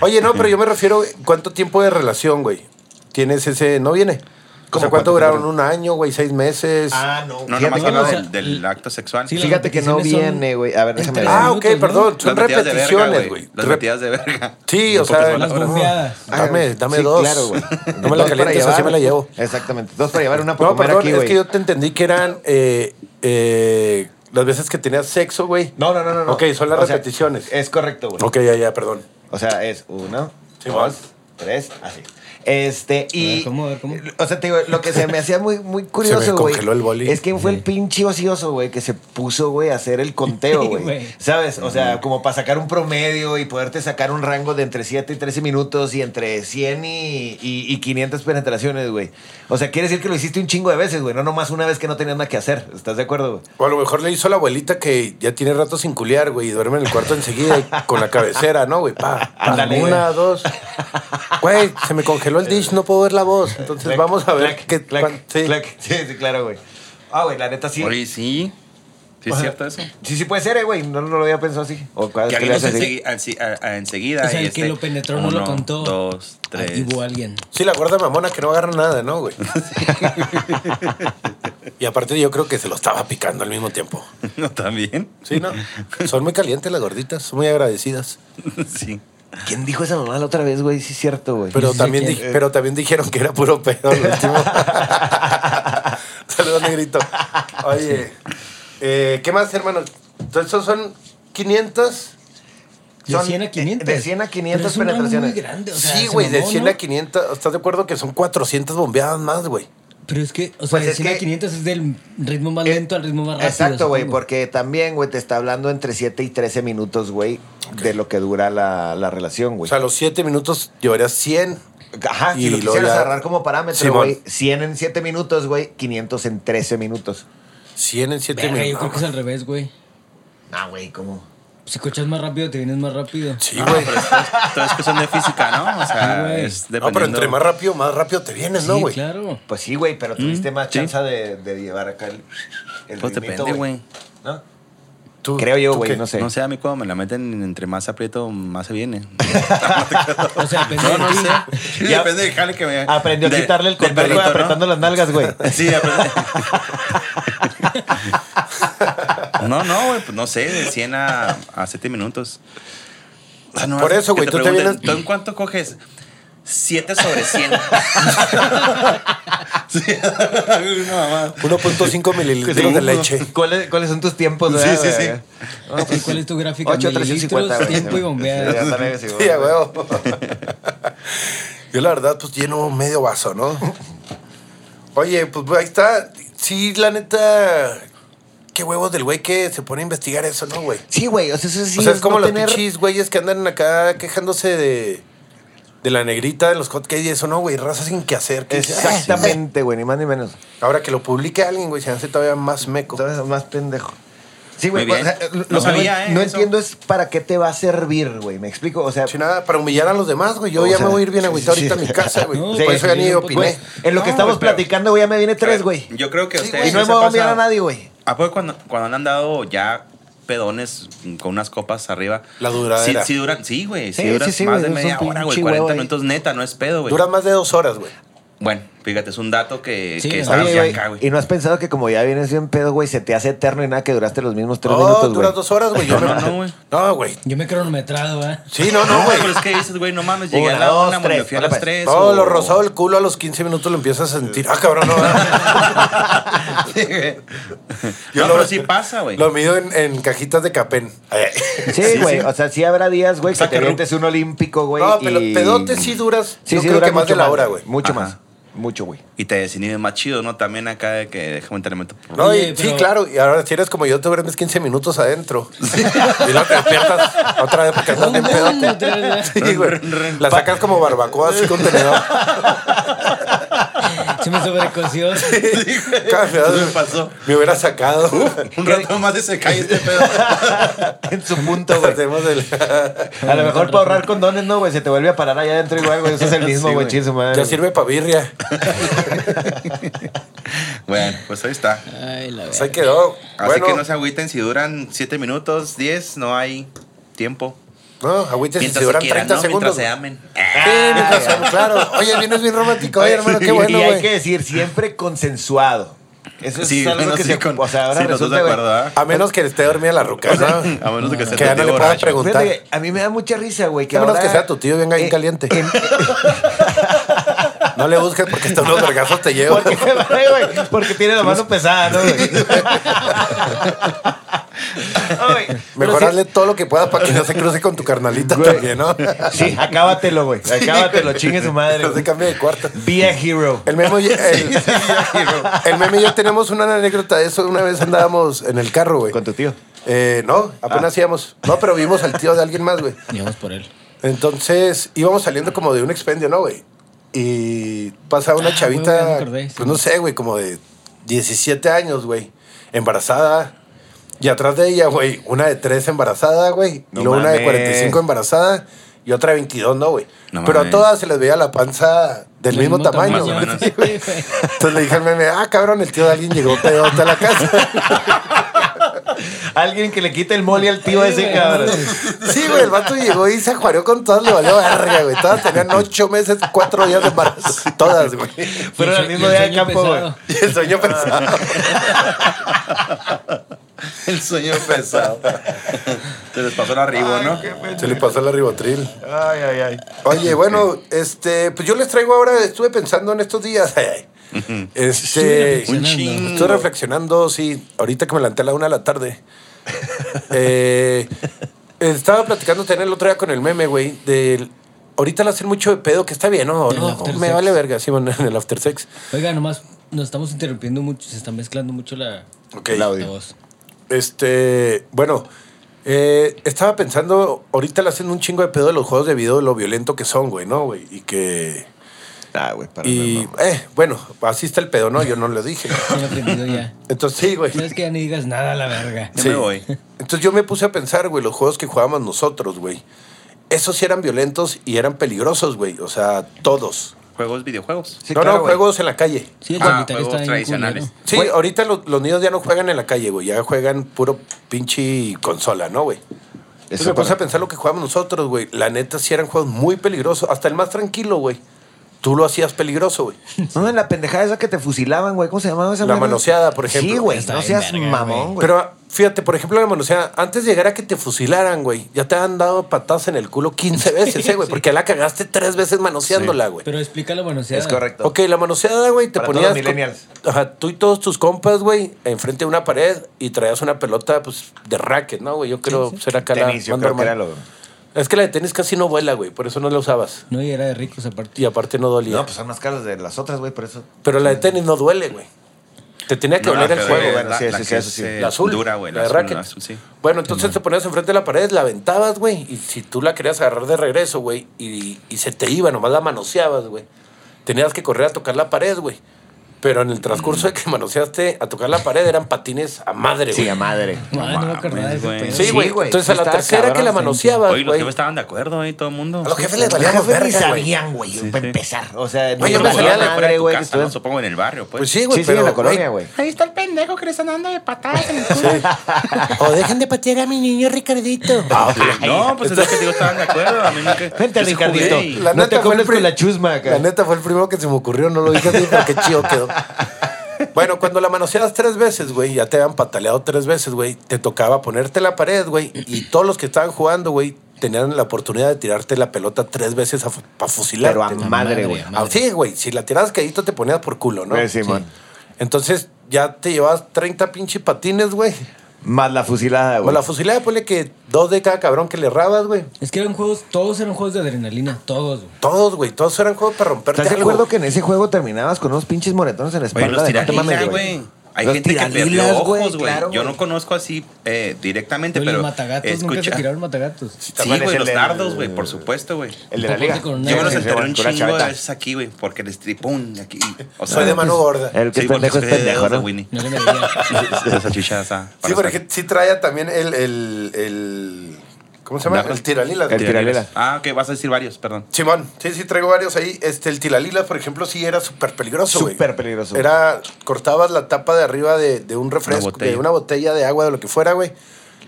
A: Oye, no, pero yo me refiero, ¿cuánto tiempo de relación, güey? ¿Tienes ese.? ¿No viene? O sea, ¿cuánto
B: ¿Cómo cuánto
A: duraron?
B: tiempo?
A: ¿Un año, güey? ¿Seis meses?
D: Ah, no.
B: No,
D: fíjate
B: nomás
D: que
B: habla
D: no.
C: o sea,
B: del, del acto sexual.
C: Sí, las
D: Fíjate que no
C: repeticiones son
D: viene, güey. A ver,
C: en
D: déjame
C: tres
D: ver.
A: Ah, ok,
C: minutos, ¿no?
A: perdón. Son
B: Las metidas de verga,
A: repeticiones,
B: güey.
A: güey.
B: Las
A: Rep-
B: metidas de verga.
A: Sí, o
B: En pocas
A: sea.
C: Las
B: palabras.
C: bombeadas.
A: Dame, dame
D: Ah, Sí,
A: dos.
D: Claro, güey.
A: No me la
D: Dos para
A: calientes, así
D: llevar.
A: me la llevo.
D: Exactamente. Dos para llevar, una para
A: No,
D: comer
A: perdón,
D: aquí,
A: es
D: güey.
A: que yo te entendí que eran eh, eh, las veces que tenías sexo, güey.
D: No, no, no, no, no.
A: Ok, son las
D: O sea,
A: repeticiones.
D: es correcto, güey.
A: Ok, ya, ya, perdón.
D: O sea, es uno,
A: Sí,
D: dos,
A: vas.
D: tres, así. Este, y.
C: ver, ¿cómo? A ver, ¿cómo?
D: O sea, te digo, lo que se me hacía muy, muy curioso, güey.
A: congeló el boli.
D: Es que fue el pinche ocioso, güey, que se puso, güey, a hacer el conteo, güey.
C: Güey.
D: ¿Sabes? O sea, como para sacar un promedio y poderte sacar un rango de entre 7 y 13 minutos y entre 100 y, y, y 500 penetraciones, güey. O sea, quiere decir que lo hiciste un chingo de veces, güey, no nomás una vez que no tenías nada que hacer. ¿Estás de acuerdo, güey?
A: O a lo mejor le hizo a la abuelita que ya tiene rato sin culiar, güey, y duerme en el cuarto enseguida y con la cabecera, ¿no, güey? Pa, pa,
D: Ándale,
A: una, dos. Güey, se me congeló el dish, no puedo ver la voz. Entonces
D: Clac,
A: vamos a ver
D: clac,
A: qué.
D: clac,
A: cuán- sí.
D: clac. Sí, sí, claro, güey. Ah, güey, la neta sí.
B: Oye, sí. Sí, es cierto eso.
D: Sí, sí puede ser, eh, güey. No, no lo había pensado así. O cada
B: Que
D: vez
B: alguien
D: que le
B: los
D: haces
B: ensegui-
D: así.
B: ansi- a- a- enseguida.
C: O sea,
B: y
C: el que
B: este,
C: lo penetró no lo
B: uno,
C: contó.
B: Dos,
C: Ahí
B: tres.
C: Hubo alguien.
A: Sí, la gorda mamona que no agarra nada, ¿no, güey? y aparte yo creo que se lo estaba picando al mismo tiempo.
B: No, también.
A: Sí, ¿no? Son muy calientes las gorditas, son muy agradecidas.
B: Sí.
D: ¿Quién dijo esa mamá la otra vez, güey? Sí, es cierto, güey.
A: Pero,
C: Sí, sí,
A: también,
C: sí,
A: di- pero también dijeron que era puro pedo al último. Saludos, negrito. Oye, eh, ¿qué más, hermano? Entonces, esos son 500.
C: De
D: Son eh,
C: 100 a 500.
D: de 100 a 500
C: Pero es un rango
D: penetraciones.
C: muy grande, o sea,
A: sí,
C: se
A: güey, de
C: mamó,
A: 100
C: ¿no?
A: a 500. ¿Estás de acuerdo que son 400 bombeadas más, güey?
C: Pero es que, o sea,
D: Pues
C: de
D: es
C: 100 a
D: que-
C: 500 es del ritmo más
D: Eh,
C: lento al ritmo más rápido.
D: Exacto, güey,
C: supongo.
D: porque también, güey, te está hablando entre 7 y 13 minutos, güey, de lo que dura la, la relación,
A: O
D: güey.
A: sea, a los 7 minutos llevarías 100.
D: Ajá,
A: y
D: si lo
A: luego
D: quisieras
A: ya-
D: agarrar como parámetro,
A: Simón.
D: güey, 100 en 7 minutos, güey, 500 en 13 minutos.
A: 100 en 7
C: Verga, yo
A: minutos.
C: creo que es al revés, güey.
D: Ah, güey, ¿cómo?
C: Si cochas más rápido, te vienes más rápido.
A: Sí, güey.
B: Todo es cuestión de física, ¿no? O
C: Sí,
B: sea,
C: güey.
B: es
A: No, pero entre
B: dependiendo-
A: más rápido, más rápido te vienes, ¿no,
C: Sí,
A: güey?
C: claro.
D: Pues sí, güey, pero tuviste más
B: Mm, sí.
D: chance de, de llevar acá el, el
B: Pues
D: ritmito,
B: depende, güey.
D: ¿No?
A: Tú-
D: Creo yo,
A: ¿tú
D: güey,
A: qué?
D: no sé.
B: No sé, a mí cuando me la meten, entre más aprieto, más se viene.
C: O sea, depende
B: No,
C: de
B: no
C: ti.
B: sé.
D: Ya-
B: Depende del jale que me...
D: Aprendió a
B: de-
D: quitarle el
B: del
D: control, güey,
B: perrito, ¿no?
D: apretando las nalgas, güey.
B: Sí, aprende- No, no, güey, pues no sé, de 100 a, a 7 minutos. O sea, no,
A: Por eso,
B: que
A: güey, tú te
B: pregunten,
A: vienes-
B: ¿Tú en cuánto coges? 7 sobre 100. sí, no, mamá.
A: 1.5 mililitros de leche.
D: ¿Cuáles, cuáles son tus tiempos,
B: Sí,
D: güey?
B: sí, sí.
C: ¿Y ¿Cuál es tu gráfico?
D: 8, 350, güey.
C: tiempo y bombeada.
D: Sí, ya sabes, sí,
A: Sí, a huevo. Yo la verdad, pues lleno medio vaso, ¿no? Oye, pues ahí está. Sí, la neta, qué huevos del güey que se pone a investigar eso, ¿no, güey?
D: Sí, güey, o sea, eso sí
A: o sea, es como
D: no
A: los
D: tener-
A: pinches güeyes que andan acá quejándose de, de la negrita, de los hotcakes y eso, ¿no, güey? Raza sin que hacer. que dice,
D: Exactamente, güey, ni más ni menos.
A: "Ah, Ahora que lo publique alguien, güey, se hace todavía más meco.
D: Entonces, más pendejo. Sí, güey,
B: Muy
D: pues, o
B: bien.
D: sea, lo
B: No
D: que no
B: sabía,
D: en-
B: ¿eh?
D: no
B: eso.
D: entiendo es para qué te va a servir, güey, me explico, o sea...
A: Si nada, para humillar a los demás, güey. Yo
D: O
A: ya
D: sea,
A: me voy a ir bien
D: sí,
A: agüitado
D: sí,
A: ahorita
D: sí.
A: a mi casa, güey.
C: No,
A: Por
D: güey,
A: eso ya
C: sí,
A: ni
C: un
A: opiné.
D: Güey, pues, en lo que
B: No,
D: estamos
B: güey, pero-
D: platicando, güey, ya me viene tres, güey.
B: Yo creo que
A: Sí,
B: ustedes.
A: güey.
D: Y no
B: les
D: hemos
B: ha
D: enviado a
B: pasado-
D: nadie, güey.
B: ¿A poco cuando, cuando han andado ya pedones con unas copas arriba?
A: La duradera.
B: Sí, sí duran, sí, güey. Sí,
D: Sí,
B: duras
D: sí, sí,
B: más
D: güey,
B: de
D: es un
B: media hora, güey.
D: pinche
B: 40
D: huevo ahí.
B: minutos neta, no es pedo, güey.
A: Dura más de dos horas, güey.
B: Bueno, fíjate, es un dato que,
C: Sí,
B: que
C: güey.
B: está
D: Oye,
B: ya
D: güey,
B: acá, güey.
D: y no has pensado que como ya vienes bien pedo, güey, se te hace eterno y nada, que duraste los mismos tres
A: No,
D: minutos,
A: duras
D: güey.
A: dos horas, güey. Yo
B: No,
A: me-
B: no, no, güey.
A: No, güey.
C: Yo me he cronometrado, ¿eh?
A: Sí, no, no, güey.
B: pero es que dices, güey, no mames, llegué
D: Una,
B: a la
D: dos,
B: una, me
D: tres,
B: fui a
D: vale,
B: las
D: pues.
B: tres.
A: No,
B: o-
A: lo rosado del culo a los 15 minutos lo empiezas a sentir. Ah, cabrón, no.
B: Sí, güey.
A: Yo
B: No,
A: lo-
B: pero sí pasa, güey.
A: Lo mido en, en cajitas de capén. Ay, ay.
D: Sí,
B: Sí,
D: güey,
B: sí.
D: o sea, sí habrá días, güey, que
B: Saca
D: te
B: ru-
D: vientes un olímpico, güey.
A: No, pero
D: y-
A: pedote sí duras.
D: Sí,
A: yo
D: sí,
A: creo
D: dura
A: que más
D: mucho
A: de la hora, güey.
D: Mucho
B: Ajá.
D: más. Mucho, güey.
B: Y te desinhibes más chido, ¿no? También acá de que déjame un elemento. por-
A: No, y-
C: Oye,
A: sí,
C: pero-
A: claro. Y ahora si eres como yo, te duermes 15 minutos adentro. Y luego te despiertas otra vez porque andas bien
C: No,
A: pedote.
C: tres, ¿eh?
A: Sí, güey. La sacas como barbacoa así con tenedor.
C: Se me sobrecoció.
B: Eso me pasó.
A: Me hubiera sacado.
B: Un rato más de se cae este pedo.
D: en su punto, güey.
A: Hacemos el-
D: A lo mejor para ahorrar condones, no, güey, se te vuelve a parar allá adentro igual, güey. Eso es el mismo,
B: Sí,
D: güey,
B: güey.
D: chingue su madre.
A: Ya sirve para birria.
B: Bueno, pues ahí está.
C: Ay, la
A: Pues ahí
C: verdad.
A: quedó.
B: Así
A: bueno,
B: que no se agüiten si duran 7 minutos, 10, no hay tiempo.
A: no, agüites si
B: Mientras
A: duran
B: se quieran,
A: 30
B: ¿no?
A: segundos.
B: Mientras se amen.
A: Sí, mientras se- claro. Oye, vienes bien romántico, oye, hermano,
D: Y-
A: qué bueno,
D: y hay
A: güey.
D: que decir, siempre consensuado. Eso es
B: Sí,
D: algo
B: bueno,
D: que
B: sí,
D: se...
B: con-
D: o sea, ahora
B: sí, los dos de
D: resulta, güey,
B: acuerdo, ¿ah?
A: A menos que esté dormida la ruca, ¿no?
B: A menos de que se
A: Que ya
B: te
A: no le
B: borracho.
A: puedas preguntar.
D: Fíjate que a mí me da mucha risa, güey. Que
A: A menos
D: ahora-
A: que sea tu tío bien ahí
D: Eh,
A: caliente.
D: en-
A: No le busques porque hasta unos vergazos te llevo.
D: porque, güey, porque tiene la mano pesada, ¿no, güey? No, güey, pero
A: Mejor
D: sí-
A: hazle todo lo que puedas para que no se cruce con tu carnalita
D: Güey.
A: también, ¿no?
D: Sí, acábatelo, güey. Acábatelo, chingue su madre.
A: No se
D: güey.
A: cambie de cuarto.
D: Be a hero.
A: El memo, y- el, el meme y yo tenemos una anécdota de eso. Una vez andábamos en el carro, güey.
D: Con Ah. tu tío.
A: Eh, no, apenas íbamos. No, pero vimos al tío de alguien más, güey.
C: Y vamos por él.
A: Entonces íbamos saliendo como de un expendio, ¿no, güey? Y pasa una
C: Ah, güey, ya me
A: chavita,
C: acordé, sí.
A: pues no sé, güey, como de 17 años, güey, embarazada. Y atrás de ella, güey, una de 3 embarazada, güey.
D: No
A: y luego una de
D: mames.
A: 45 embarazada y otra de 22, ¿no, güey?
B: No
A: Pero a
B: mames.
A: todas se les veía la panza del mismo, tamaño,
B: tamaño,
A: güey.
B: más o
C: Sí, güey.
A: Entonces le dije al meme, ah, cabrón, el tío de alguien llegó pedo a la casa.
D: Alguien que le quite el mole al tío ese, cabrón.
A: sí, güey, el vato llegó y se ajuareó con todas, le valió verga, güey. Todas tenían 8 meses, 4 días de embarazo. Todas, güey.
D: Fueron
C: Y el
D: al mismo
C: sueño
D: día de campo, güey.
C: pesado.
A: Y el sueño pesado.
B: El sueño pesado. Se les pasó el arribo, ¿no?
A: Se le pasó la ribotril.
D: Ay, ay, ay.
A: Oye, bueno, este, pues yo les traigo ahora, estuve pensando en estos días. Este,
C: Estuve reflexionando.
B: Un chingo.
C: Mm,
A: estoy reflexionando, sí, ahorita que me levanté a la una de la tarde. Eh, estaba platicando tener el otro día con el meme, güey, del. Ahorita le hacen mucho de pedo, que está bien, ¿no?
C: Del
A: No,
C: after
A: me
C: sex.
A: vale verga, sí, bueno, en el after sex.
C: Oiga, nomás nos estamos interrumpiendo mucho, se está mezclando mucho la,
A: Ok.
E: El audio.
C: la voz.
A: Este, bueno, eh, estaba pensando, ahorita le hacen un chingo de pedo de los juegos de video, lo violento que son, güey, ¿no, güey? Y que...
D: Ah, güey, para
A: Y, eh, bueno, así está el pedo, ¿no? Yo no lo dije.
C: Ya lo he aprendido ya.
A: Entonces, sí, güey.
C: No es que ya ni digas nada a la verga.
B: Ya me voy.
A: Entonces yo me puse a pensar, güey, los juegos que jugábamos nosotros, güey. Esos sí eran violentos y eran peligrosos, güey. O sea, todos.
B: Juegos, videojuegos.
D: Sí,
A: no,
D: claro,
A: no,
D: güey.
A: juegos en la calle.
C: Sí, el
B: Ah,
C: solitario
B: juegos
C: está bien
B: tradicionales.
C: culero.
A: Sí, ahorita lo- los niños ya no juegan en la calle, güey. Ya juegan puro pinche consola, ¿no, güey? Entonces me
D: para-
A: puse a pensar lo que jugábamos nosotros, güey. La neta sí eran juegos muy peligrosos. Hasta el más tranquilo, güey. Tú lo hacías peligroso, güey.
D: No, en la pendejada esa que te fusilaban, güey. ¿Cómo se llamaba esa
A: La
D: mierda?
A: manoseada, por ejemplo.
D: Sí, güey.
C: Está
D: No
C: bien
D: seas
C: verga,
D: mamón,
C: güey.
D: güey.
A: Pero fíjate, por ejemplo, la manoseada, antes de llegar a que te fusilaran, güey, ya te han dado patadas en el culo 15 veces, eh, güey, porque la cagaste tres veces manoseándola, güey.
C: Pero explícalo, bueno, o sea,
D: Es correcto.
A: Ok, la manoseada, güey, te
D: Para todos
A: ponías.
D: los millennials.
A: con- Ajá, tú y todos tus compas, güey, enfrente de una pared y traías una pelota, pues, de racket, ¿no, güey? Yo creo pues, ser acá la.
D: Tenis, yo
A: más
D: creo que
A: normal.
D: era lo-
A: Es que la de tenis casi no vuela, güey, por eso no la usabas.
C: No, y era de ricos aparte.
A: Y aparte no dolía.
D: No, pues son más caras de las otras, güey, por eso.
A: Pero la de tenis no duele, güey. Te tenía que
B: No,
A: doler
B: la
A: el
B: que
A: juego,
B: duele,
A: güey.
D: bueno,
B: la-
D: sí,
B: la
D: sí,
B: que
D: eso sí.
B: es, eh,
A: La azul.
B: Dura, güey.
A: La de
B: azul,
A: racket.
B: azul, sí.
A: Bueno, entonces te ponías enfrente de la pared, la aventabas, güey. Y si tú la querías agarrar de regreso, güey, y, y se te iba, nomás la manoseabas, güey. Tenías que correr a tocar la pared, güey. Pero en el transcurso de que manoseaste a tocar la pared eran patines a madre, güey.
D: Mm. Sí, a madre.
C: Madre, no me
B: mames,
C: acordaba de ese
B: güey.
C: pedo.
A: Sí,
D: Sí,
A: güey.
D: güey.
A: entonces a la
D: Estaba
A: tercera
D: cabrón,
A: que la
D: sí.
A: manoseabas,
B: Oye, los
A: güey.
B: jefes estaban de acuerdo ahí, todo el mundo.
A: A los jefes les
D: Los
A: valíamos
D: jefes ni
A: verga, güey.
D: sabían, güey, para empezar. O sea,
A: Güey, yo me
D: valía
A: salía a la
B: Fuera de
D: madre,
B: tu
D: güey, que
B: casa, ¿no?
D: estuve-
B: Supongo en el barrio, pues.
A: Pues sí, güey,
D: Sí, sí,
A: pero
D: en la colonia, güey.
B: Ahí está el pendejo que le están dando de patadas en el culo.
A: O dejen de patear a mi niño Ricardito.
D: Ah,
B: No, pues es lo que digo, estaban de acuerdo. A mí nunca.
D: Vente,
B: Yo sí jugué
D: Ricardito.
B: y-
D: La- No te
A: fue el
D: comes con
A: pri-
D: la chusma acá.
A: La neta fue el primero que se me ocurrió, no lo dije así, pero qué chido quedó. Bueno, cuando la manoseabas tres veces, güey, ya te habían pataleado tres veces, güey, te tocaba ponerte la pared, güey, y todos los que estaban jugando, güey, tenían la oportunidad de tirarte la pelota tres veces para fusilarte.
D: Pero a
A: güey.
D: madre, güey.
C: madre.
A: Así, güey, si la tirabas caídito te ponías por culo, ¿no?
D: Eh, Simón.
A: Entonces ya te llevabas 30 pinches patines, güey.
D: Más la fusilada,
A: O
D: güey.
A: la fusilada, ponle que dos de cada cabrón que le rabas, güey.
C: Es que eran juegos, todos eran juegos de adrenalina, todos, güey.
A: Todos, güey, todos eran juegos para romperte
D: ¿Estás de
A: algo.
D: acuerdo que en ese juego terminabas con unos pinches moretones en
B: Oye,
D: la espalda?
B: los
D: de no te mames,
B: tiralilas, güey. Hay
D: Los
B: gente que
D: tiralilas,
B: perdió ojos, güey.
D: claro,
B: Yo no conozco así eh, directamente,
C: Pero
B: pero.
C: los matagatos, nunca se
B: escucha-
C: tiraron matagatos.
B: Sí,
D: ¿Te acuerdas
B: güey,
D: el
B: los
D: del-
B: dardos, güey, por supuesto, güey.
D: El de la liga.
C: Con una-
B: Yo me los
C: Sí,
B: enterré un
D: con una
B: chingo de
D: chaveta.
B: veces aquí, güey, porque les tripón aquí. O
A: Soy de mano gorda.
D: El que es
B: porque
D: pendejo es
B: soy de
D: pendejo,
B: dedos de
D: ¿no?
B: Winnie.
C: No le medía.
B: Esa salchicha, esa.
A: Sí,
B: para
A: porque sí traía también el, el, el- ¿Cómo se llama?
B: Dame.
A: El tiralilas.
D: El
A: güey.
D: tira-
B: Tiralilas.
D: Tiralila.
B: Ah, ok, vas a decir varios, perdón.
A: Simón, sí, sí, traigo varios ahí. Este, el tiralilas, por ejemplo, sí era súper peligroso, güey.
D: Súper peligroso.
A: Era, cortabas la tapa de arriba de, de un refresco,
B: botella.
A: de una botella de agua, de lo que fuera, güey.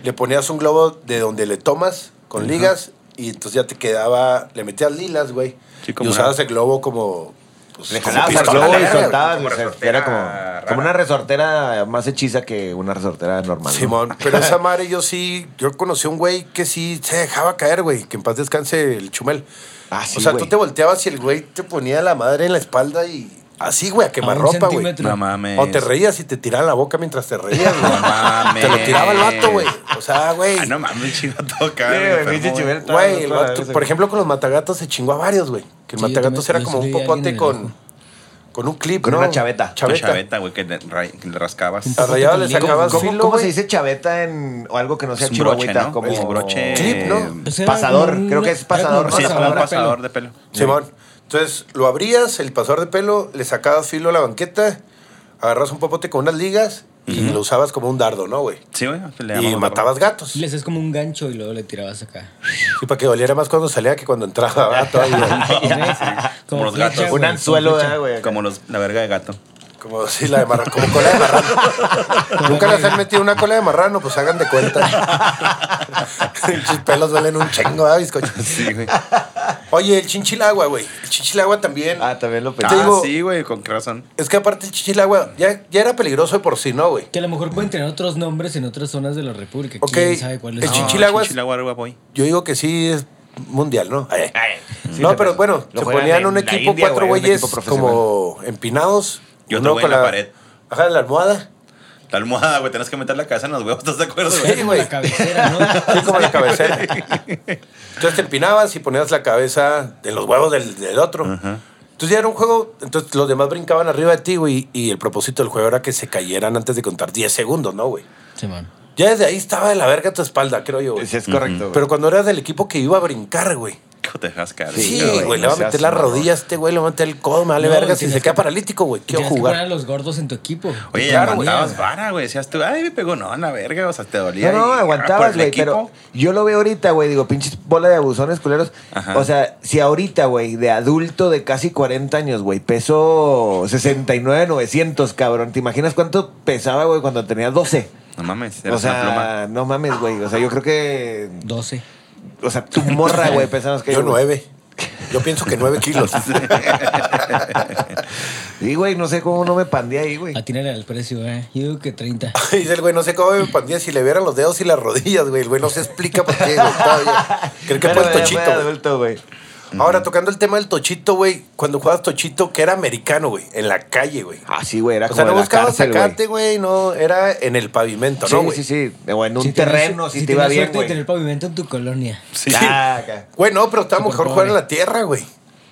A: Le ponías un globo de donde le tomas con ligas y entonces ya te quedaba, le metías lilas, güey.
B: Sí,
A: y
B: como
A: usabas
B: una-
A: el globo como... pues,
D: Le
A: como
D: jalabas al
A: pistola,
D: globo y
A: güey.
D: soltabas.
B: Como
D: o sea,
B: resortera
D: era como,
B: rara.
D: como una resortera más hechiza que una resortera normal. ¿no?
A: Simón, pero esa madre yo sí, yo conocí a un güey que sí se dejaba caer, güey, que en paz descanse el chumel.
D: Ah, sí,
A: o sea, tú
D: güey.
A: te volteabas y el güey te ponía la madre en la espalda y así, güey, a quemarropa, güey.
C: centímetro.
B: No mames.
A: O te reías y te tiraban la boca mientras te reías,
B: No
A: güey.
B: mames.
A: te lo tiraba el vato, güey. O sea, güey.
B: Ah, no mames, chido toca.
D: Sí, güey, pinche chivero.
A: Güey, el
D: Toda la
A: vato-
D: risa,
A: por
D: güey.
A: ejemplo, con los matagatos se chingó a varios, güey. Que el
C: Sí, yo
A: matagatos
C: también
A: era como un
C: conocí a alguien en
A: popote
C: el
A: con,
C: ojo.
A: con un clip,
D: Con
A: ¿no?
D: una chaveta.
B: Chaveta.
A: Chaveta.
B: Chaveta, güey, que le, ra- que le rascabas.
A: A rayado le
C: ¿Cómo-
A: sacabas
D: ¿Cómo,
A: filo,
D: cómo
A: güey.
D: se dice chaveta en, o algo que no sea
B: Es un broche,
D: chihuahuita?
B: ¿no?
D: Como
B: Es broche.
A: Clip, ¿no?
B: eh,
C: O sea,
D: Pasador,
C: era como
D: creo que es
C: era como
D: pasador, ¿no?
B: Sí, es como un
C: a
B: pasador
C: pelo.
B: de pelo.
A: Simón. Entonces lo abrías, el pasador de pelo, le sacabas filo a la banqueta, agarras un popote con unas ligas y lo usabas como un dardo, ¿no, güey?
B: Sí, güey. que le
A: Y
B: llamamos
A: matabas gatos.
C: Le hacías como un gancho y luego le tirabas acá.
A: Sí, para que doliera más cuando salía que cuando entraba ¿verdad? todavía.
B: Como los gatos.
D: Un
C: güey,
D: anzuelo,
C: con
D: ¿verdad,
C: flecha.
D: güey.
B: barro. Como los, la verga de gato.
A: Como sí, la de marrano, como cola de marrano. Nunca les han metido una cola de marrano, pues hagan de cuenta. Sus pelos duelen un chingo, ¿verdad, bizcocho?
B: Sí, güey.
A: Oye, el chinchilagua, güey. El chinchilagua también.
D: Ah, también lo
A: Pues Te
D: pensé.
A: digo-
B: Ah, sí, güey, con qué razón.
A: Es que aparte el chinchilagua ya, ya era peligroso de por sí, ¿no, güey?
C: Que a lo mejor pueden tener otros nombres en otras zonas de la República.
A: Ok,
C: ¿Quién sabe cuál es?
A: el
C: No,
A: chinchila- Chinchilaguas.
B: Chinchilaguas, güey, voy.
A: Yo digo que sí es mundial, ¿no? Eh.
D: Sí,
A: no,
D: te
A: pero
D: pasó.
A: bueno,
D: Lo
A: se
D: juegan
A: ponían
D: en
A: un
D: la
A: equipo,
D: India,
A: cuatro
D: güey, un
A: güeyes
D: equipo profesional.
A: como empinados.
B: Y otro
A: uno
B: güey en la pared.
A: Ajá, la almohada.
B: La almohada, güey, tenés que meter la cabeza en los huevos, ¿estás de acuerdo,
A: Sí,
B: güey?
C: como
A: güey.
C: La cabecera, ¿no?
A: Sí, como la cabecera. Entonces te empinabas y ponías la cabeza en los huevos del, del otro. Entonces ya era un juego, entonces los demás brincaban arriba de ti, güey, y el propósito del juego era que se cayeran antes de contar 10 segundos, ¿no, güey?
C: Sí, man.
A: Ya desde ahí estaba de la verga a tu espalda, creo yo, güey.
D: Sí, es correcto.
A: Pero cuando eras del equipo que iba a brincar, güey.
B: ¿Cómo te dejas caer?
A: Sí,
D: güey,
A: güey, le
D: no
A: va a meter
D: seas
A: la
D: mamón.
A: rodilla a este güey, le va a meter el codo, me vale
C: No,
A: verga.
C: güey,
A: Si se
C: tienes
A: queda
C: que-
A: paralítico, güey, quiero
C: Tienes que
A: jugar.
C: a los gordos en tu equipo.
B: Oye,
A: Claro,
B: aguantabas
A: güey.
B: vara, güey. Decías tú, ay, me pegó. No, en la verga. O sea, te dolía.
D: No, no,
B: y- por
D: aguantabas,
B: el
D: güey,
B: equipo.
D: pero yo lo veo ahorita, güey, digo, pinches bola de abusones, culeros.
B: Ajá.
D: O sea, si ahorita, güey, de adulto de casi 40 años, güey, peso 69, 900, cabrón. ¿Te imaginas cuánto pesaba, güey, cuando tenía 12?
B: No mames,
D: O
B: eras una pluma.
D: sea, no mames, güey. O sea, yo creo que.
C: 12.
D: O sea, tu morra, güey, pensamos que.
A: Yo
D: güey.
A: nueve. Yo pienso que nueve kilos.
D: Y, güey, no sé cómo no me pandé ahí, güey.
C: Atínale al precio, eh. Yo digo que 30.
A: Dice el güey, no sé cómo me pandía si le vieran los dedos y las rodillas, güey. El güey no se explica por qué, güey. todavía. Creo que
D: Pero,
A: fue el
D: güey,
A: tochito,
D: fue
A: güey.
D: adulto, güey.
A: Ahora, tocando el tema del tochito, güey. Cuando jugabas tochito, que era americano, güey. En la calle, güey.
D: Ah, sí, güey, era
A: O
D: como
A: sea, no
D: de la
A: buscabas
D: cárcel, güey.
A: sacarte, güey. No, era en el pavimento, ¿no,
D: Sí,
A: güey?
D: sí, sí. O en un
C: tenías-
D: terreno, si, te
C: tenías
D: iba bien,
C: suerte de tener
D: güey.
C: pavimento en tu colonia.
A: Sí.
D: Ah, acá.
A: Güey, no, pero estaba mejor
C: Superpobre.
A: jugar en la tierra, güey.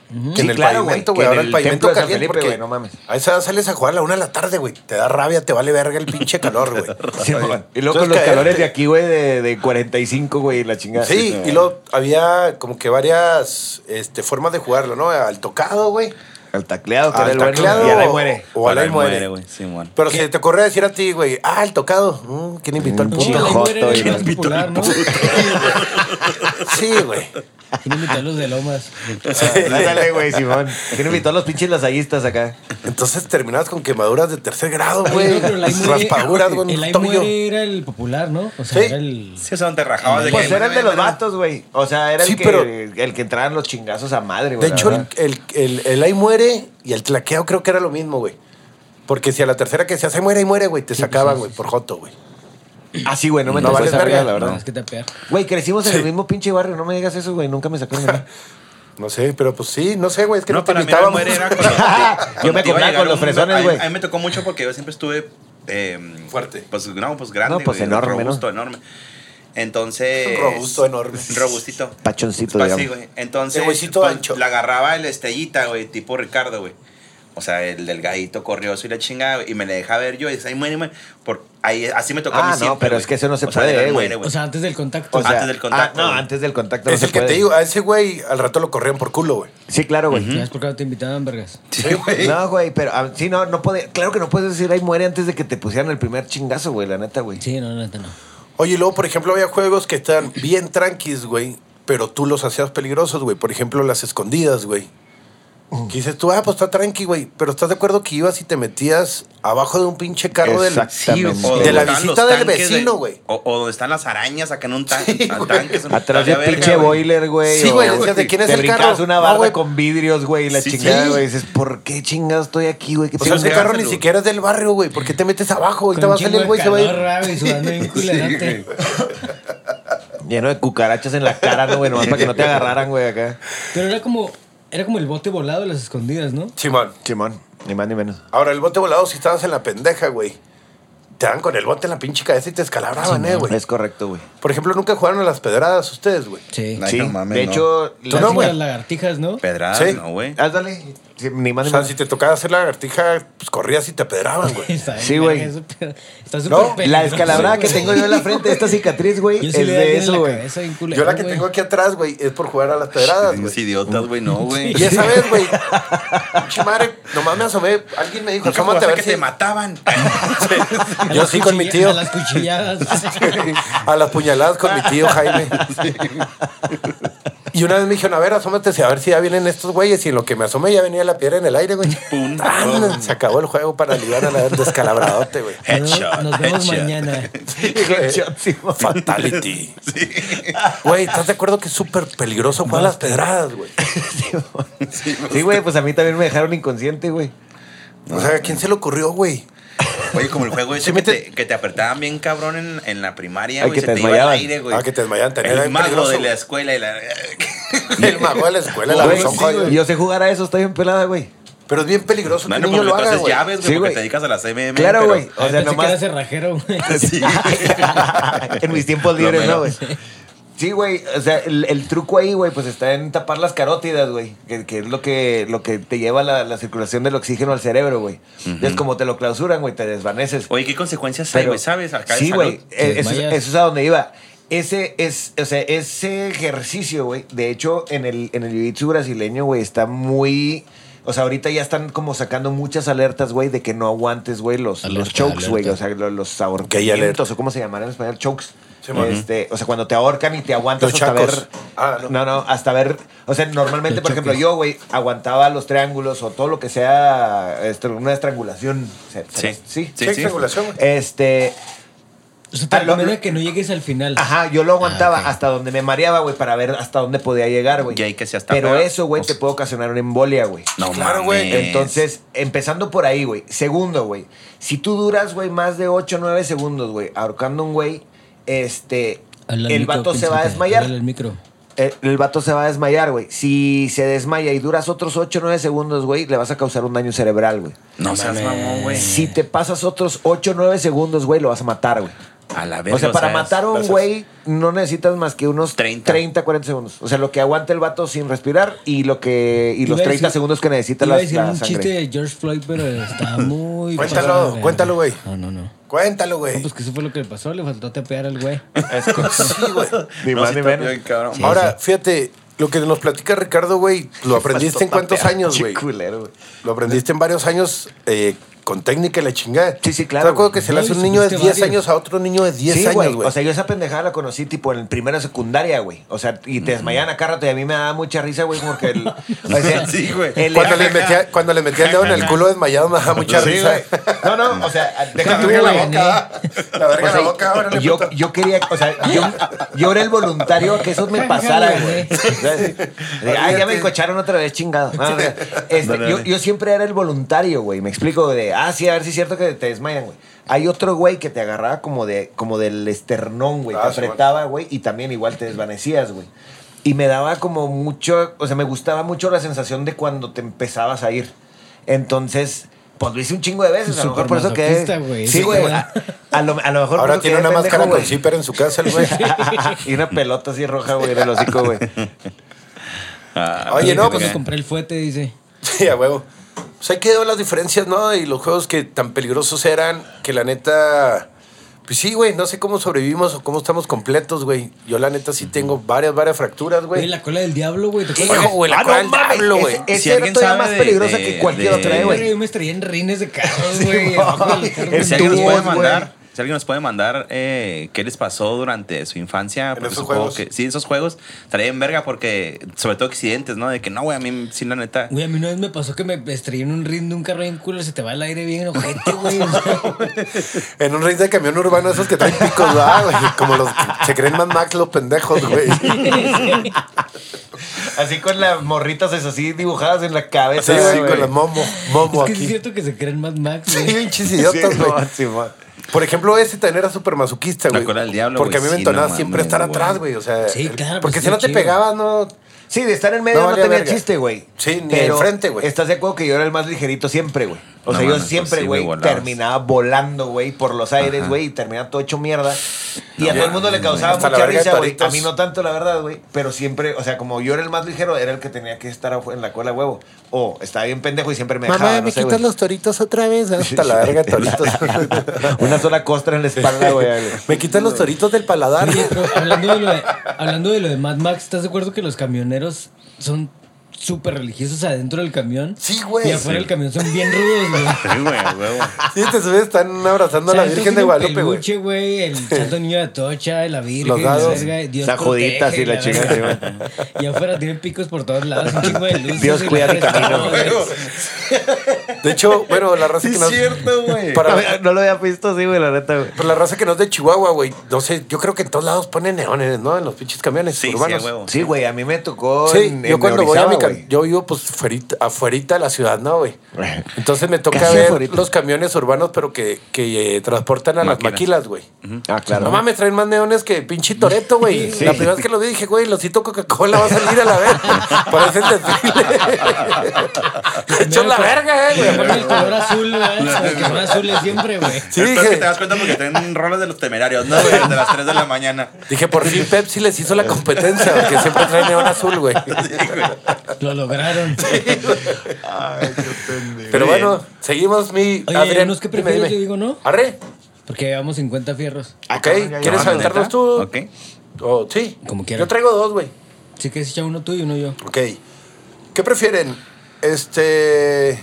A: Que
D: Sí,
A: en el
D: claro, güey,
A: pavimento,
D: que
A: güey.
D: en
A: Ahora
D: el
A: el pavimento
D: templo de San
A: caliente.
D: Felipe,
A: porque
D: güey, no mames.
A: A esa edad sales a jugar a la una de la tarde, güey. Te da rabia, te vale verga el pinche calor, güey.
D: Sí, mamá. y luego con los
A: Entonces,
D: calores
A: caerte.
D: de aquí, güey, de, de 45, güey, la chingada.
A: Sí, y luego había como que varias este, formas de jugarlo, ¿no? Al tocado, güey.
D: Al tacleado, que
A: Al
D: era el bueno.
A: tacleado
D: Y ahora muere.
A: O al
B: Para
A: ahí
B: el
A: muere.
B: güey. Sí, bueno.
A: Pero se te ocurre decir a ti, güey, ah, el tocado. Mm, ¿Quién invitó al
D: Pinche
C: Uy,
A: puto?
D: joto,
C: güey, era el
D: güey.
C: más popular, ¿no?
A: Sí, güey.
C: Tiene mitad los de Lomas.
D: Dale, güey, Simón. ¿Quién invitó a los pinches lasallistas acá?
A: Entonces terminabas con quemaduras de tercer grado,
C: Oye,
A: güey.
C: no, pero el ahí muere-
A: Raspaduras, güey.
C: El
A: en
C: ahí
A: el tobillo.
C: muere era el popular, ¿no? O sea,
A: Sí.
C: era el.
B: Sí, o sea, donde rajabas de
D: Pues
B: que-
D: era el de los vatos, güey. O sea, era
A: Sí,
D: el, que,
A: pero-
D: el que entraban los chingazos a madre,
A: De
D: güey. la
A: hecho, el,
D: verdad.
A: el, el- el ahí muere y el tlaqueo creo que era lo mismo, güey. Porque si a la tercera que se hace muere y muere, güey,
B: pues,
A: te sacaban, güey, por joto, güey.
D: Ah, sí, güey, no me
A: No
D: tocó
A: vales
D: esa
A: verga,
D: verga, la
C: No,
D: verdad.
C: es que te peor.
D: Güey, crecimos en
A: Sí.
D: el mismo pinche barrio, no me digas eso, güey, nunca me sacaron de ahí.
A: No sé, pero pues sí, no sé, güey, es que no,
B: no,
A: te
B: para mí la
A: invitábamos.
B: muere era cuando- cuando
D: me
B: te iba a
D: acoplaba
B: llegar
D: con los
B: un-
D: fresones,
B: a mí-
D: güey.
B: A mí me tocó mucho porque yo siempre estuve. eh,
A: Fuerte.
B: Pues no, pues grande.
D: No, pues
B: güey,
D: enorme, ¿no?
B: Robusto, enorme. Entonces.
A: Robusto, enorme.
B: Robustito.
D: Pachoncito,
B: Pa- Pues sí,
D: digamos.
B: güey. eh. Entonces.
A: El huesito
B: pa-
A: ancho.
B: La agarraba el estellita, güey, tipo Ricardo, güey. O sea, el delgadito, corrioso y la chingada, güey, y me le deja ver yo. Y dice, ay, muere, muere. Por, ahí, así me tocó a
D: Ah,
B: mí
D: no,
B: siempre,
D: pero
B: güey.
D: es que eso no se
B: O sea,
D: puede,
B: de verdad
D: eh, güey.
B: muere,
C: O sea, antes del contacto.
D: O sea,
B: Antes del contacto,
D: ah, no,
B: güey.
D: antes del contacto. no
A: Es
D: se
A: el que
D: puede.
A: te digo, a ese güey al rato lo corrían por culo, güey.
D: Sí, claro, güey.
C: ¿Sabes por qué no te invitaban, vergas?
A: Sí, güey.
D: No, güey, pero ah, sí, no, no puede. Claro que no puedes decir ahí muere antes de que te pusieran el primer chingazo, güey, la neta, güey.
C: Sí, no, no, no.
A: Oye, y luego, por ejemplo, había juegos que están bien tranquis, güey, pero tú los hacías peligrosos, güey. Por ejemplo, las escondidas, güey.
B: Mm.
A: Que dices tú, ah, pues está tranqui, güey. Pero ¿estás de acuerdo que ibas y te metías abajo de un pinche carro del...
D: Exactamente.
B: O
A: de
B: donde
A: la
B: están
A: visita
B: los
A: del
B: tanques de-
A: vecino, güey.
B: O, o donde están las arañas acá en un tan-
A: Sí,
B: al
A: güey.
B: tanque. es una-
D: Atrás de
B: vale, verga,
D: pinche boiler, güey.
A: Sí,
D: o-
A: güey, decías, ¿de quién es
D: te
A: el
D: brincabas
A: carro?
D: una
A: No,
D: barra
A: güey.
D: con vidrios, güey, la
B: Sí,
D: chingada,
A: sí.
D: güey. Dices, ¿por qué chingados estoy aquí, güey? ¿Qué
A: O sea, ese
D: chingados?
A: carro ni
B: Lárgalo.
A: siquiera es del barrio, güey. ¿Por qué te metes abajo? Ahorita
C: Con
A: va a
C: un
A: salir el güey y se
C: chingo
A: va a
C: de
A: ir.
C: calor, güey, sudando bien culerante.
D: Lleno de cucarachas en la cara, no, güey, nomás para que no te agarraran, güey, acá.
C: Pero era como, era como el bote volado de las escondidas, ¿no?
A: Simón.
D: Simón, ni más ni menos.
A: Ahora, el bote volado, si estabas en la pendeja, güey. Te dan con el bote en la pinche cabeza y te escalabraban, eh, güey.
D: Es correcto, güey.
A: Por ejemplo, nunca jugaron a las pedradas ustedes, güey.
C: Sí.
B: Ay,
D: sí,
B: no mames,
D: de
B: no.
D: hecho,
C: Tú
D: la-
A: no, güey.
C: Las lagartijas, ¿no?
B: Pedradas,
A: Sí.
B: no, güey.
D: Ándale. Sí, ni
A: O
D: más ni
A: sea,
D: menos.
A: si te tocaba hacer la lagartija, pues corrías y te apedraban, güey.
C: Está bien,
D: Sí, güey.
C: verga, eso, pero Está súper
A: No,
C: peligroso,
D: La escalabrada que
C: güey.
D: tengo yo en la frente, esta cicatriz, güey,
C: Yo
D: es
C: sí le doy
D: de
C: en la
D: eso, güey.
C: cabeza, bien
A: Yo
C: culero,
A: la que
C: güey.
A: tengo aquí atrás, güey, es por jugar a las pedradas,
B: Unos
A: güey.
B: idiotas, güey, no, güey.
A: Y esa vez, güey, pinche madre, nomás me asomé. Alguien me dijo,
B: Nunca
A: asómate a
B: jugaste
A: ver
B: que
A: si...
B: te mataban.
C: A
A: Yo
C: las
A: sí con mi
C: cuchilla-
A: tío.
C: A las cuchilladas.
A: A las puñaladas con mi tío Jaime. Y una vez me dijeron, a ver, asómate, a ver si ya vienen estos güeyes. Y en lo que me asomé ya venía la piedra en el aire, güey.
B: Pum.
A: ¡Tan! Se acabó el juego para librar a la descalabradote, güey. Eh,
B: Headshot,
C: Nos vemos
B: headshot.
C: mañana.
D: Headshot, Simón.
A: Fatality. Güey, ¿estás de acuerdo que es súper peligroso jugar a las pedradas, güey?
D: Sí, güey, pues a mí también me dejaron inconsciente, güey.
A: O sea, ¿a quién se le ocurrió, güey?
B: Oye, como el juego ese
A: Sí,
B: que,
A: mete-
B: te, que te apretaban bien cabrón en, en la primaria,
D: Ay,
B: güey.
D: que
B: Se
D: te
B: te iba al
D: desmayaban.
B: aire, güey.
A: Ah, que te desmayaban, también era
B: El
A: bien
B: mago
A: peligroso,
B: de
A: güey.
B: la escuela y la...
A: El mago de la escuela, la
D: Güey,
A: razón,
D: sí,
A: joder,
D: güey.
A: güey.
D: Yo sé jugar a eso, estoy bien pelada, güey.
A: Pero es bien peligroso que
B: No,
A: un
B: no,
A: niño
B: porque
A: lo haga,
B: pues entonces
A: güey.
B: llaves, güey,
D: Sí,
B: porque
D: güey.
B: te dedicas a las MM.
D: Claro,
B: pero-
D: güey.
C: Ah,
D: O sea,
C: Pensé que
D: nomás.
C: era cerrajero, güey.
B: Sí.
D: en mis tiempos
B: Lo
D: libres,
B: mero.
D: no, güey. Sí, güey, o sea, el, el truco ahí, güey, pues está en tapar las carótidas, güey, que, que es lo que, lo que te lleva la, la circulación del oxígeno al cerebro, güey. Entonces, como te lo clausuran, güey, te desvaneces.
B: Oye, ¿qué consecuencias hay,
D: Pero-
B: güey? ¿Sabes? Acá de
D: sí,
B: salud.
D: güey. eh, Eso,
C: desmayas.
D: eso es a donde iba. Ese, es, o sea, ese ejercicio, güey, de hecho, en el, en el jiu-jitsu brasileño, güey, está muy... O sea, ahorita ya están como sacando muchas alertas, güey, de que no aguantes, güey, los, los
C: Alerta,
D: chokes, güey. O
C: alerta.
D: sea, lo- los, ahorcamientos,
A: alerta.
D: o cómo se llamará en español, chokes.
A: Sí, man.
D: este, o sea, cuando te ahorcan y te aguantas
A: Los
D: hasta
A: chacos.
D: ver...
A: Ah, no.
D: no. no, hasta ver... O sea, normalmente,
C: Los
D: por ejemplo,
C: choques.
D: yo, güey, aguantaba los triángulos o todo lo que sea este, una estrangulación. se- se-
B: Sí.
A: Sí,
B: Sí, sí.
A: estrangulación, güey.
D: Este,
C: O sea, te
D: Ah, lo-
C: recomiendo que no llegues al final.
D: Ajá, yo lo aguantaba
C: Ah, ok.
D: hasta donde me mareaba, güey, para ver hasta dónde podía llegar, güey.
B: Y ahí que sí hasta
D: Pero
B: peor. Pues,
D: eso, güey, te puede ocasionar una embolia, güey.
B: No,
A: Claro, güey.
B: mames.
D: Entonces, empezando por ahí, güey. Segundo, güey. Si tú duras, güey, más de 8 o 9 segundos, güey, ahorcando un güey, este.
C: Habla al
D: el
C: micro,
D: vato se va a
C: Pincita,
D: desmayar.
C: háblale al micro.
D: El, el vato se va a desmayar, güey. Si se desmaya y duras otros 8 o 9 segundos, güey, le vas a causar un daño cerebral, güey.
B: No seas
C: mames.
B: mamón, güey.
D: Si te pasas otros 8 o 9 segundos, güey, lo vas a matar, güey.
B: A la verga.
D: O sea, para
B: es-
D: matar a un
A: gracias.
D: güey no necesitas más que unos
B: 30.
D: 30. 40 segundos. O sea, lo que aguanta el vato sin respirar y lo que y
C: Iba
D: los
C: a
D: 30
C: decir-
D: segundos que necesita
C: iba
D: la,
C: a decir
D: la
C: un
D: sangre.
C: chiste de George Floyd, pero está muy...
A: Cuéntalo,
C: pasado de verga.
A: cuéntalo, güey.
C: No, no, no.
A: Cuéntalo,
C: No,
A: güey.
C: pues que eso fue lo que le pasó, le faltó tapear al güey.
A: Sí, güey.
D: Ni
B: No,
D: más
B: sí
D: ni
B: está
D: menos.
B: bien, cabrón.
C: Sí.
A: Ahora, fíjate, lo que nos platica Ricardo, güey, lo aprendiste en cuántos años, güey.
D: Qué culero, güey.
A: Lo aprendiste en varios años eh, con técnica y la chingada.
D: Sí, sí, claro,
A: ¿Te acuerdas
D: güey.
A: que se le hace
C: No, y
A: un niño de 10
C: supiste varios.
A: años a otro niño de 10
D: Sí,
A: años,
D: güey.
A: güey?
D: O sea, yo esa pendejada la conocí tipo en el primero de secundaria, güey. O sea, y te desmayaban acá rato y a mí me daba mucha risa, güey, porque el, o sea,
B: Sí, güey.
D: el-
A: cuando, les metía, cuando les metía el dedo en el culo desmayado me da mucha
D: Sí,
A: risa.
D: güey. No, no, o sea,
A: La
D: deja tú,
A: verga en la
D: güey.
A: boca, ¿verdad? La verga
D: O
A: en
D: sea,
A: la boca, órale,
D: Pues yo,
A: puto.
D: yo quería, o sea, yo, yo era el voluntario a que eso me pasara, güey. ¿Sabes? Ah, ya me encocharon otra vez, chingado. No, no, no. Este,
B: Dale,
D: yo,
B: dale.
D: yo siempre era el voluntario, güey. Me explico de, ah, sí, a ver si es cierto que te desmayan, güey. Hay otro güey que te agarraba como, de, como del esternón, güey.
A: Ah,
D: te
A: sí,
D: apretaba, güey, y también igual te desvanecías, güey. Y me daba como mucho, o sea, me gustaba mucho la sensación de cuando te empezabas a ir. Entonces, pues lo hice un chingo de veces. A lo mejor por eso que...
C: Supermasoquista, güey.
D: Sí, güey. A, a lo, a lo mejor... por
A: Ahora
D: eso
A: tiene
D: quedé
A: una
D: pendejo,
A: máscara con
D: güey.
A: zipper en su casa, el güey.
D: y una pelota así roja, güey, en el hocico, güey.
B: Ah,
A: Oye,
B: mira,
A: no,
B: que
A: pues-
B: me-
C: compré el fuete, dice.
A: Sí, a huevo. O sea, hay que ver las diferencias, ¿no? Y los juegos que tan peligrosos eran, que la neta... Pues sí, güey, no sé cómo sobrevivimos o cómo estamos completos, güey. Yo la neta sí tengo varias, varias fracturas,
C: Güey,
A: güey.
C: la cola del diablo, güey. ¿te acuerdas?
A: Hijo, güey, la
D: Ah,
A: cola
D: no
A: del
D: mames,
A: diablo, güey.
D: ese-
B: Si
D: Ese era
B: alguien
D: todavía
B: sabe
D: más
B: de-
D: peligrosa
B: de-
D: que cualquier
B: de-
D: otra,
B: Eh,
D: eh,
C: Güey,
D: güey.
C: Yo me estrellé en rines de carros, güey. abajo del carro.
D: El
B: Si alguien nos
D: tubos,
B: puede
D: güey.
B: mandar, si alguien nos puede mandar eh, qué les pasó durante su infancia. porque
A: esos
B: supongo
A: juegos.
B: que- sí, esos juegos traían verga porque, sobre todo accidentes, ¿no? De que no, güey, a mí sí, la neta.
C: Güey, a mí una vez me pasó que me estrellé en un rin de un carro bien culo, se te va el aire bien ojete, güey. o sea,
A: En un race de camión urbano esos que traen picos, ¿verdad, güey? Como los que se creen más max los pendejos, güey.
D: Así con las morritas esas así dibujadas en la
A: Sí,
D: cabeza,
A: güey,
D: güey.
A: con los momo, momo
C: es que es
A: aquí.
C: cierto que se creen más Max,
A: Sí,
C: güey.
A: pinches
D: Sí,
A: idiotas, güey.
D: Simón, Simón.
A: Por ejemplo, ese también era súper masoquista,
B: La
A: güey.
B: cola del diablo,
A: Porque a mí
B: güey,
A: me
B: sí,
A: entonaba
B: no
A: siempre
B: mames,
A: estar
B: güey.
A: atrás, güey. O sea,
C: Sí, claro, pues,
A: porque si
C: está
A: no te
C: chido.
A: pegabas, no.
D: Sí, de estar en medio
A: No
D: no,
A: valía
D: tenía
A: verga.
D: chiste, güey.
A: Sí, ni
D: Pero
A: enfrente, güey.
D: Estás de acuerdo que yo era el más ligerito siempre, güey. O
B: No
D: sea, yo
B: mames, pues
D: siempre,
B: sí,
D: güey,
B: güey, volabas.
D: terminaba volando, güey, por los aires, güey, y terminaba todo hecho mierda. Y a todo el mundo le
B: mames,
D: causaba
A: güey. Hasta la verga
D: mucha
A: de
D: risa, güey. A
A: toritos.
D: mí no tanto, la verdad, güey. Pero siempre, o sea, como yo era el más ligero, era el que tenía que estar afu- en la cola, huevo. O estaba bien pendejo y siempre me dejaba, no sé, güey.
A: toritos otra vez. Hasta la verga de toritos.
D: Una sola costra en la espalda, güey.
A: me quitan los toritos del paladar.
C: Oye, pero hablando de, lo de, hablando de lo de Mad Max, ¿estás de acuerdo que los camioneros son súper religiosos adentro del camión?
A: Sí, güey.
C: Y afuera del camión son bien rudos, güey.
B: Sí, güey, a huevo.
A: Sí, te subes, están abrazando a la
C: Santo
A: Virgen de
C: Niño
A: Guadalupe, güey.
C: Peluche, güey. El santo niño de Atocha, la Virgen,
A: Los
C: la
A: dados.
C: verga, Dios
D: San Juditas
C: protege,
D: y la chingada,
C: verga. Y afuera tienen picos por todos lados, un chingo de luces.
D: Dios
C: y la
D: cuida tu
C: verga,
D: camino,
C: no,
D: güey.
C: güey.
A: De hecho, bueno, la raza que nos...
B: güey.
A: Para-
D: No lo había visto así, güey, la neta, güey.
A: Pero la raza que no es de Chihuahua, güey. No sé, yo creo que en todos lados ponen neones, ¿no? En los pinches camiones
B: Sí, sí,
A: urbanos.
B: a huevo.
D: Sí, güey, a mí me tocó.
A: Sí,
D: en-
A: yo
D: en
A: cuando voy a
D: Orizaba,
A: mi
D: güey.
A: ca-
D: güey.
A: yo vivo pues fuerita- afuerita de la ciudad, ¿no, güey? Entonces me toca
D: Casi
A: ver
D: afuerita.
A: los camiones urbanos, pero que, que eh, transportan a las
B: Máquinas.
A: maquilas, güey.
D: Ah, claro.
A: No mames, traen más neones que pinche Toreto, güey.
D: Sí.
A: La primera vez que lo vi dije, güey, el osito Coca-Cola va a salir a la verga. Parece el desfile. Hecho la verga, eh,
C: Me pone el
A: güey.
C: color azul, ¿verdad? El color azul es siempre, güey.
A: Sí,
B: Espero
A: dije-
B: que te das cuenta porque tienen rolas de los temerarios, ¿no? güey? De las 3 de la mañana.
A: Dije, por fin Pepsi les hizo la competencia, porque siempre trae neón azul, güey.
C: Lo lograron.
A: Pero
B: Muy bien.
A: bueno, seguimos mi.
C: Oye, unos que
A: dime, dime.
C: prefieres, yo digo, ¿no?
A: Arre.
C: Porque llevamos 50 fierros.
A: Ok, ¿quieres
B: Ah,
A: aventarnos
B: ¿neta?
A: tú?
B: Ok.
A: Oh, sí.
C: Como quieras.
A: Yo traigo dos, güey.
C: Sí que se echa uno tú y uno yo.
A: Ok. ¿Qué prefieren? Este.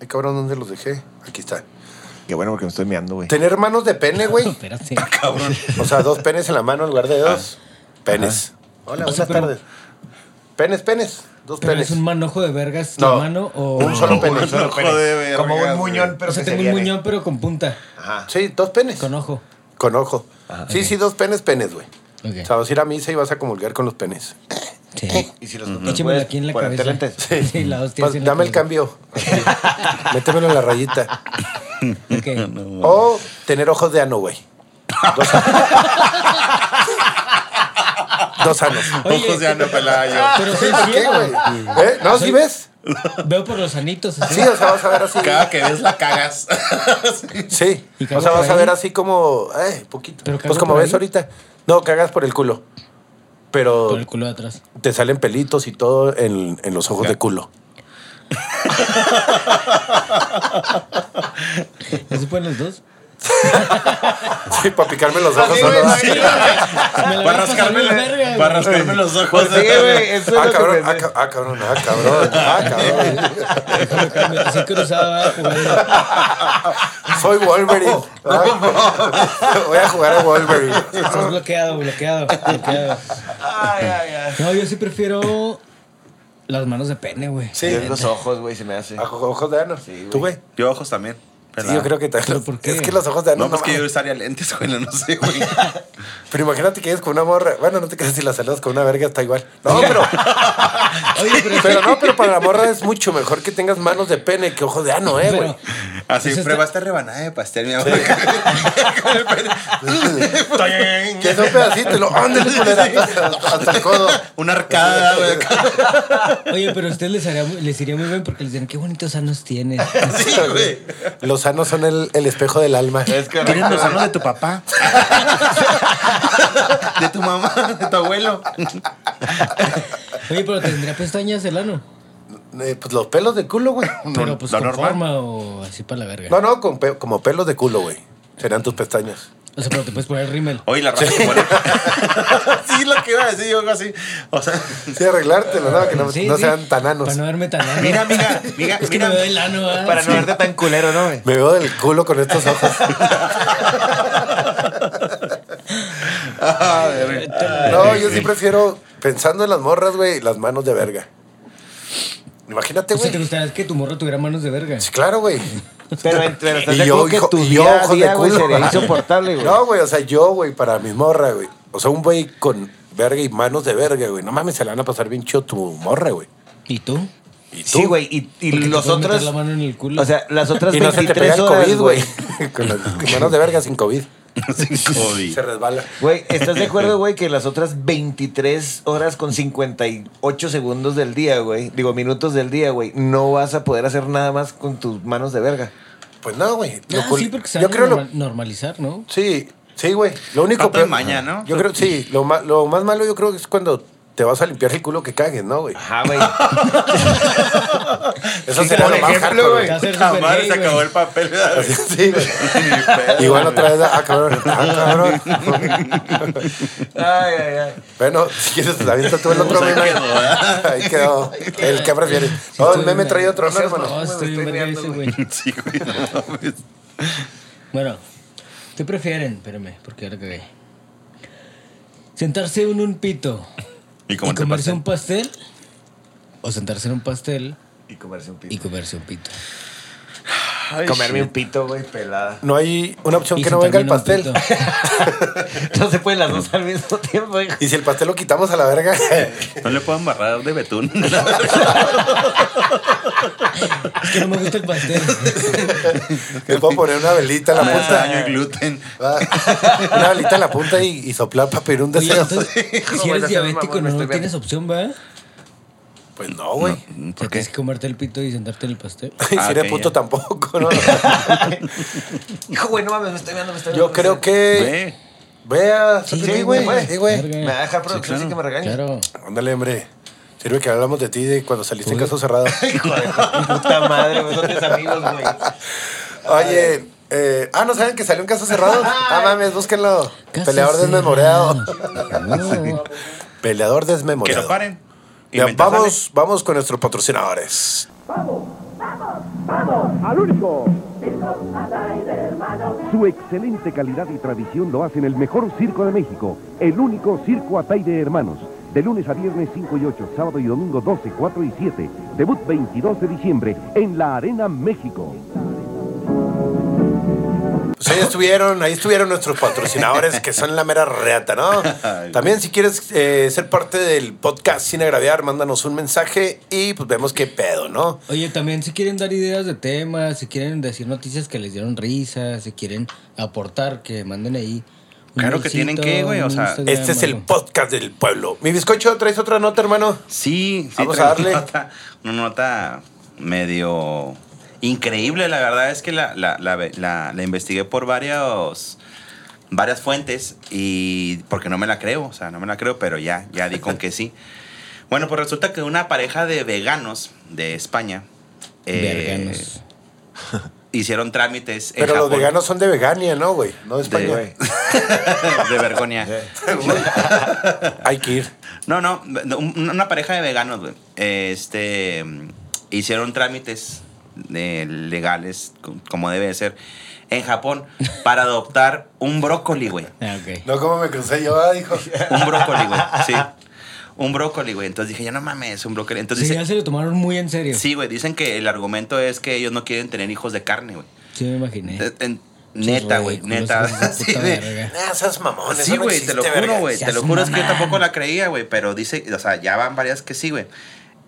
A: Ay, cabrón, ¿dónde los dejé? Aquí está.
D: Qué bueno porque me estoy meando, güey.
A: ¿Tener manos de pene, güey?
C: Espérate.
B: Cabrón.
A: O sea, dos penes en la mano en lugar de dos. Penes. Hola,
C: O
A: buenas
C: sea, Pues pero-
A: tardes. Penes, penes. Dos
C: ¿Pero
A: penes.
C: es un manojo de vergas
A: No.
C: la mano o...?
A: Un solo pene.
B: solo pene. Joder,
D: Como
B: vergas,
D: un muñón, pero
C: O sea,
D: que se
C: tengo
D: viene.
C: un muñón pero con punta,
D: Ajá.
A: Sí, dos penes.
C: con Ah, ojo.
A: Con ojo. sí, sí, dos penes, penes, güey.
C: Ok.
A: O sea, vas a ir a misa y vas a comulgar con los penes.
C: Sí.
D: Y si los
C: Échamelo aquí en la
D: ponerte
C: cabeza.
D: lentes.
C: Sí, la hostia.
A: Pues,
C: sí en la
A: dame el
C: cabeza.
A: cambio. Métemelo en la rayita.
C: Ok.
A: O tener ojos de ano, güey. Dos anos. Dos anos.
C: Oye.
B: Ojos de Ana Pelayo.
C: Pero soy
A: ¿Por qué,
C: ciego.
A: güey? ¿Eh? ¿No? ¿Sí
C: Soy-
A: ves?
C: Veo por los anitos. así.
A: Sí, o sea, vas a ver así.
B: Cada que ves la cagas.
A: Sí.
C: ¿Y
A: O
C: cago
A: sea,
C: por
A: vas a
C: ahí?
A: ver así como. Eh, poquito.
C: ¿Pero
A: Pues
C: cago
A: como
C: por
A: ves
C: ahí?
A: ahorita. No, cagas por el culo. Pero
C: Por el culo de atrás.
A: te salen pelitos y todo en, en los ojos
B: Ya.
A: de culo.
C: ¿Ya se ponen los dos?
A: Sí, para picarme los ojos.
D: Así,
A: ¿no?
D: güey,
A: Sí.
D: así,
B: Para rascarme,
C: la verga,
B: para
C: güey.
B: rascarme los ojos.
D: Pues sí, güey, eso es
A: Ah,
D: lo que
A: cabrón, ah,
D: pensé.
A: ca- ah, cabrón, ah, cabrón, ah, cabrón.
C: Así cruzaba jugando.
A: Soy Wolverine. Ah, Voy a jugar a Wolverine.
C: Estás bloqueado, bloqueado, bloqueado.
D: Ay, ay, ay.
C: No, yo sí prefiero las manos de pene, güey.
A: Sí.
D: Yo en los ojos, güey, se me hace.
A: Ah, Ojos de ano. ¿Tú, güey?
B: Yo ojos también.
A: Sí, yo creo que
C: ¿Pero
A: también.
C: por qué?
A: Es que los ojos de ano.
B: No,
A: No,
B: pues que yo
A: mames.
B: usaría lentes, güey, no sé, güey.
A: Pero imagínate que es con una morra. Bueno, no te creas si la saludas con una verga, está igual. No, pero. pero no, pero para la morra es mucho mejor que tengas manos de pene que ojos de ano, eh, güey.
C: Pero,
B: Así
C: Eso está-
B: prueba esta rebanada de pastel, mi amor. Toing.
A: Que es un pedacito y lo. Ándale, culera. Hasta el codo.
B: Una arcada, güey. acá.
C: oye, pero a ustedes les, haría, les iría muy bien porque les dirán, qué bonitos anos tienes.
B: Sí, güey.
A: Los anos son el, el espejo del alma.
D: Es que
B: Tienes los años de tu papá. De tu mamá, de tu abuelo.
C: Oye, pero tendría pestañas el ano.
A: Eh, pues los pelos de culo, güey.
C: Pero pues
B: lo
C: con
B: normal.
C: forma o así para la verga.
A: No, no, con pe- como pelos de culo, güey. Serán tus pestañas.
C: O sea, pero te puedes poner rímel.
B: Oye, la raza se pone. Sí, lo que iba a decir, yo algo así. O sea,
A: Sí, arreglártelo, ¿no? Que no,
C: Sí,
A: no
C: sí,
A: sean tan anos.
C: Para no verme tan ano.
B: mira, mira, mira,
C: Es que
B: mira.
C: me veo el ano, ¿verdad?
D: Para no verte tan culero, ¿no, güey?
A: Me veo del culo con estos ojos.
B: Ah, verga.
A: No, yo sí prefiero, pensando en las morras, güey, las manos de verga. Imagínate,
C: O
D: Pues
C: sea, Pues, ¿te
A: güey.
C: gustaría que tu morro tuviera manos de verga?
A: Sí, claro, güey.
D: Pero entre
A: Y
D: estás de
A: yo,
D: acuerdo
A: hijo-
D: que tu
A: y yo,
D: día a
A: ojo de
D: día, güey,
A: culo.
D: sería insoportable, güey.
A: No, güey, o sea, yo, güey, para mis morras, güey. O sea, un güey con verga y manos de verga, güey. No mames, se la van a pasar bien chido tu morra, güey.
C: ¿Y tú?
A: ¿Y tú?
D: Sí, güey, y, y
C: Porque te
D: los
C: puedes meter
D: otros...
C: la mano en el culo.
D: O sea, las otras
A: Y no se te pega
D: 23
A: el
D: horas,
A: COVID, güey. con las manos de verga sin COVID.
B: Jodí.
A: Se resbala.
D: Güey, ¿estás de acuerdo, güey, que las otras 23 horas con 58 segundos del día, güey, digo minutos del día, güey, no vas a poder hacer nada más con tus manos de verga?
A: Pues no, güey. Lo
C: Ah,
A: cul-
C: sí, porque se
A: Yo
C: van a
A: creo lo...
C: normal- normalizar, ¿no?
A: Sí, sí, güey. Lo único
B: Falta
A: peor-
B: maña, ¿no?
A: Yo creo, sí. Lo, ma- lo más malo yo creo que es cuando te vas a limpiar el culo que cagues, ¿no, güey?
D: Ajá, güey.
A: Eso
D: Sí,
A: será
D: por
A: lo más hardcore,
D: ejemplo,
A: güey.
D: güey.
C: Te va a hacer
B: Puta
C: super
B: madre,
C: gay,
B: se
C: güey.
B: acabó el papel. ¿verdad?
A: Sí, güey.
B: Ni pedo,
A: Igual
B: güey.
A: otra vez, ah, cabrón, ah, cabrón.
D: Ay, ay, ay.
A: Bueno, si quieres, avienta tú el otro
B: Pues ahí
A: meme.
B: quedó, ¿verdad?
A: Ahí quedó. El que prefieres.
C: Sí,
A: Oh,
C: estoy
A: el meme
C: bien
A: trae
C: verga.
A: otro, ¿no,
C: Sí,
A: hermano?
C: No, estoy bien verga ese, güey.
B: Sí, güey, no mames.
C: Bueno, ¿qué prefieren? Espérame, porque ahora cagué. ¿Sentarse en un pito
B: Y
C: y
B: como te
C: comerse
B: pasé.
C: un pastel? ¿O sentarse en un pastel
D: Y comerse un pito.
C: y comerse un pito?
B: Ay,
D: Comerme
B: shit.
D: un pito, güey, pelada.
A: No hay una opción
C: Y
A: que
C: se
A: no venga el
C: termina un
A: pastel.
C: pito.
D: No se pueden las dos al mismo tiempo, hijo.
A: Y si el pastel lo quitamos a la verga.
B: No le puedo embarrar de betún.
C: Es que no me gusta el pastel.
A: Le puedo poner una velita en la
B: Me hace daño el
A: punta.
B: gluten.
A: Ah, Una velita en la punta y, y soplar para pedir un
C: Oye,
A: deseo.
C: entonces, si
D: Bueno,
C: eres
D: sí,
C: diabético,
D: mamón, me
C: no,
D: estoy
C: tienes opción, ¿verdad?
A: Pues no, güey.
C: O sea, tienes que comerte el pito y sentarte en el pastel.
A: Y
B: Ah,
A: si eres
B: ok,
A: puto
B: ya.
A: tampoco, ¿no?
D: Hijo, güey, no mames, me estoy viendo, me estoy viendo.
A: Yo creo que.
B: Ve.
A: Vea, sí, güey.
D: güey.
A: Sí, güey.
D: Me va a dejar producción
B: Sí,
D: sin que
B: claro,
D: me regañe.
C: Claro.
A: Ándale, hombre. Sirve que hablamos de ti de cuando saliste en caso cerrado.
D: Hijo de tu puta madre, güey. Son tus amigos, güey.
A: Oye, eh, ah, ¿no saben que salió un caso cerrado? Ah, mames, búsquenlo.
C: Caso
A: Peleador
C: cerrado.
A: desmemoriado.
C: No.
A: Peleador
B: Que
A: desmemoriado.
B: no paren. Y
A: Ya,
B: mientras
A: vamos, vamos con nuestros patrocinadores.
E: Vamos, vamos, vamos al único.
F: Su excelente calidad y tradición lo hacen el mejor circo de México, el único circo Ataide Hermanos. De lunes a viernes 5 y 8, sábado y domingo 12, 4 y 7. Debut 22 de diciembre en la Arena México.
A: Pues ahí estuvieron, ahí estuvieron nuestros patrocinadores que son la mera reata, ¿no? También si quieres eh, ser parte del podcast sin agraviar, mándanos un mensaje y pues vemos qué pedo, ¿no?
C: Oye, también si quieren dar ideas de temas, si quieren decir noticias que les dieron risa, si quieren aportar, que manden ahí. un
B: Claro que
C: mailcito,
B: tienen que, güey, o
C: un
B: sea,
C: Instagram,
A: Este es el
C: algo.
A: podcast del pueblo. Mi bizcocho, ¿traes otra nota, hermano?
B: Sí, sí,
A: Vamos
B: traigo
A: a darle.
B: Una nota, una nota medio increíble. La verdad es que la, la- la- la- la investigué por varios, varias fuentes y porque no me la creo, o sea, no me la creo, pero ya, ya di con que sí. Bueno, pues resulta que una pareja de veganos de España eh,
C: Verganos.
B: hicieron trámites en
A: Pero los
B: Japón.
A: veganos son de Vegania, ¿no, güey? No de España.
B: de, de vergonia.
A: Hay que ir.
B: No, no, no, un- una pareja de veganos, güey. Este, mm, hicieron trámites eh, legales, co- como debe de ser, en Japón para adoptar un brócoli, güey.
C: Ah, ok.
A: No, como me crucé yo, ah, dijo.
B: Un brócoli, güey, sí. Un brócoli, güey. Entonces dije, ya no mames, un brócoli. Entonces,
C: Sí, ya
B: dice-
C: se lo tomaron muy en serio. Sí,
B: sí, güey, dicen que el argumento es que ellos no quieren tener hijos de carne, güey.
C: me imaginé.
B: Eh, en-
C: Sus
B: Neta, güey,
C: ridículos,
B: neta.
C: hijos de
B: Así
C: puta
B: de-
C: verga.
A: Nah, seas mamón.
B: Sí, güey, te lo juro, güey. Te
C: Seas
B: lo juro, es que yo
C: mamán.
B: tampoco la creía, güey. Pero dice, o sea, ya van varias que sí, güey.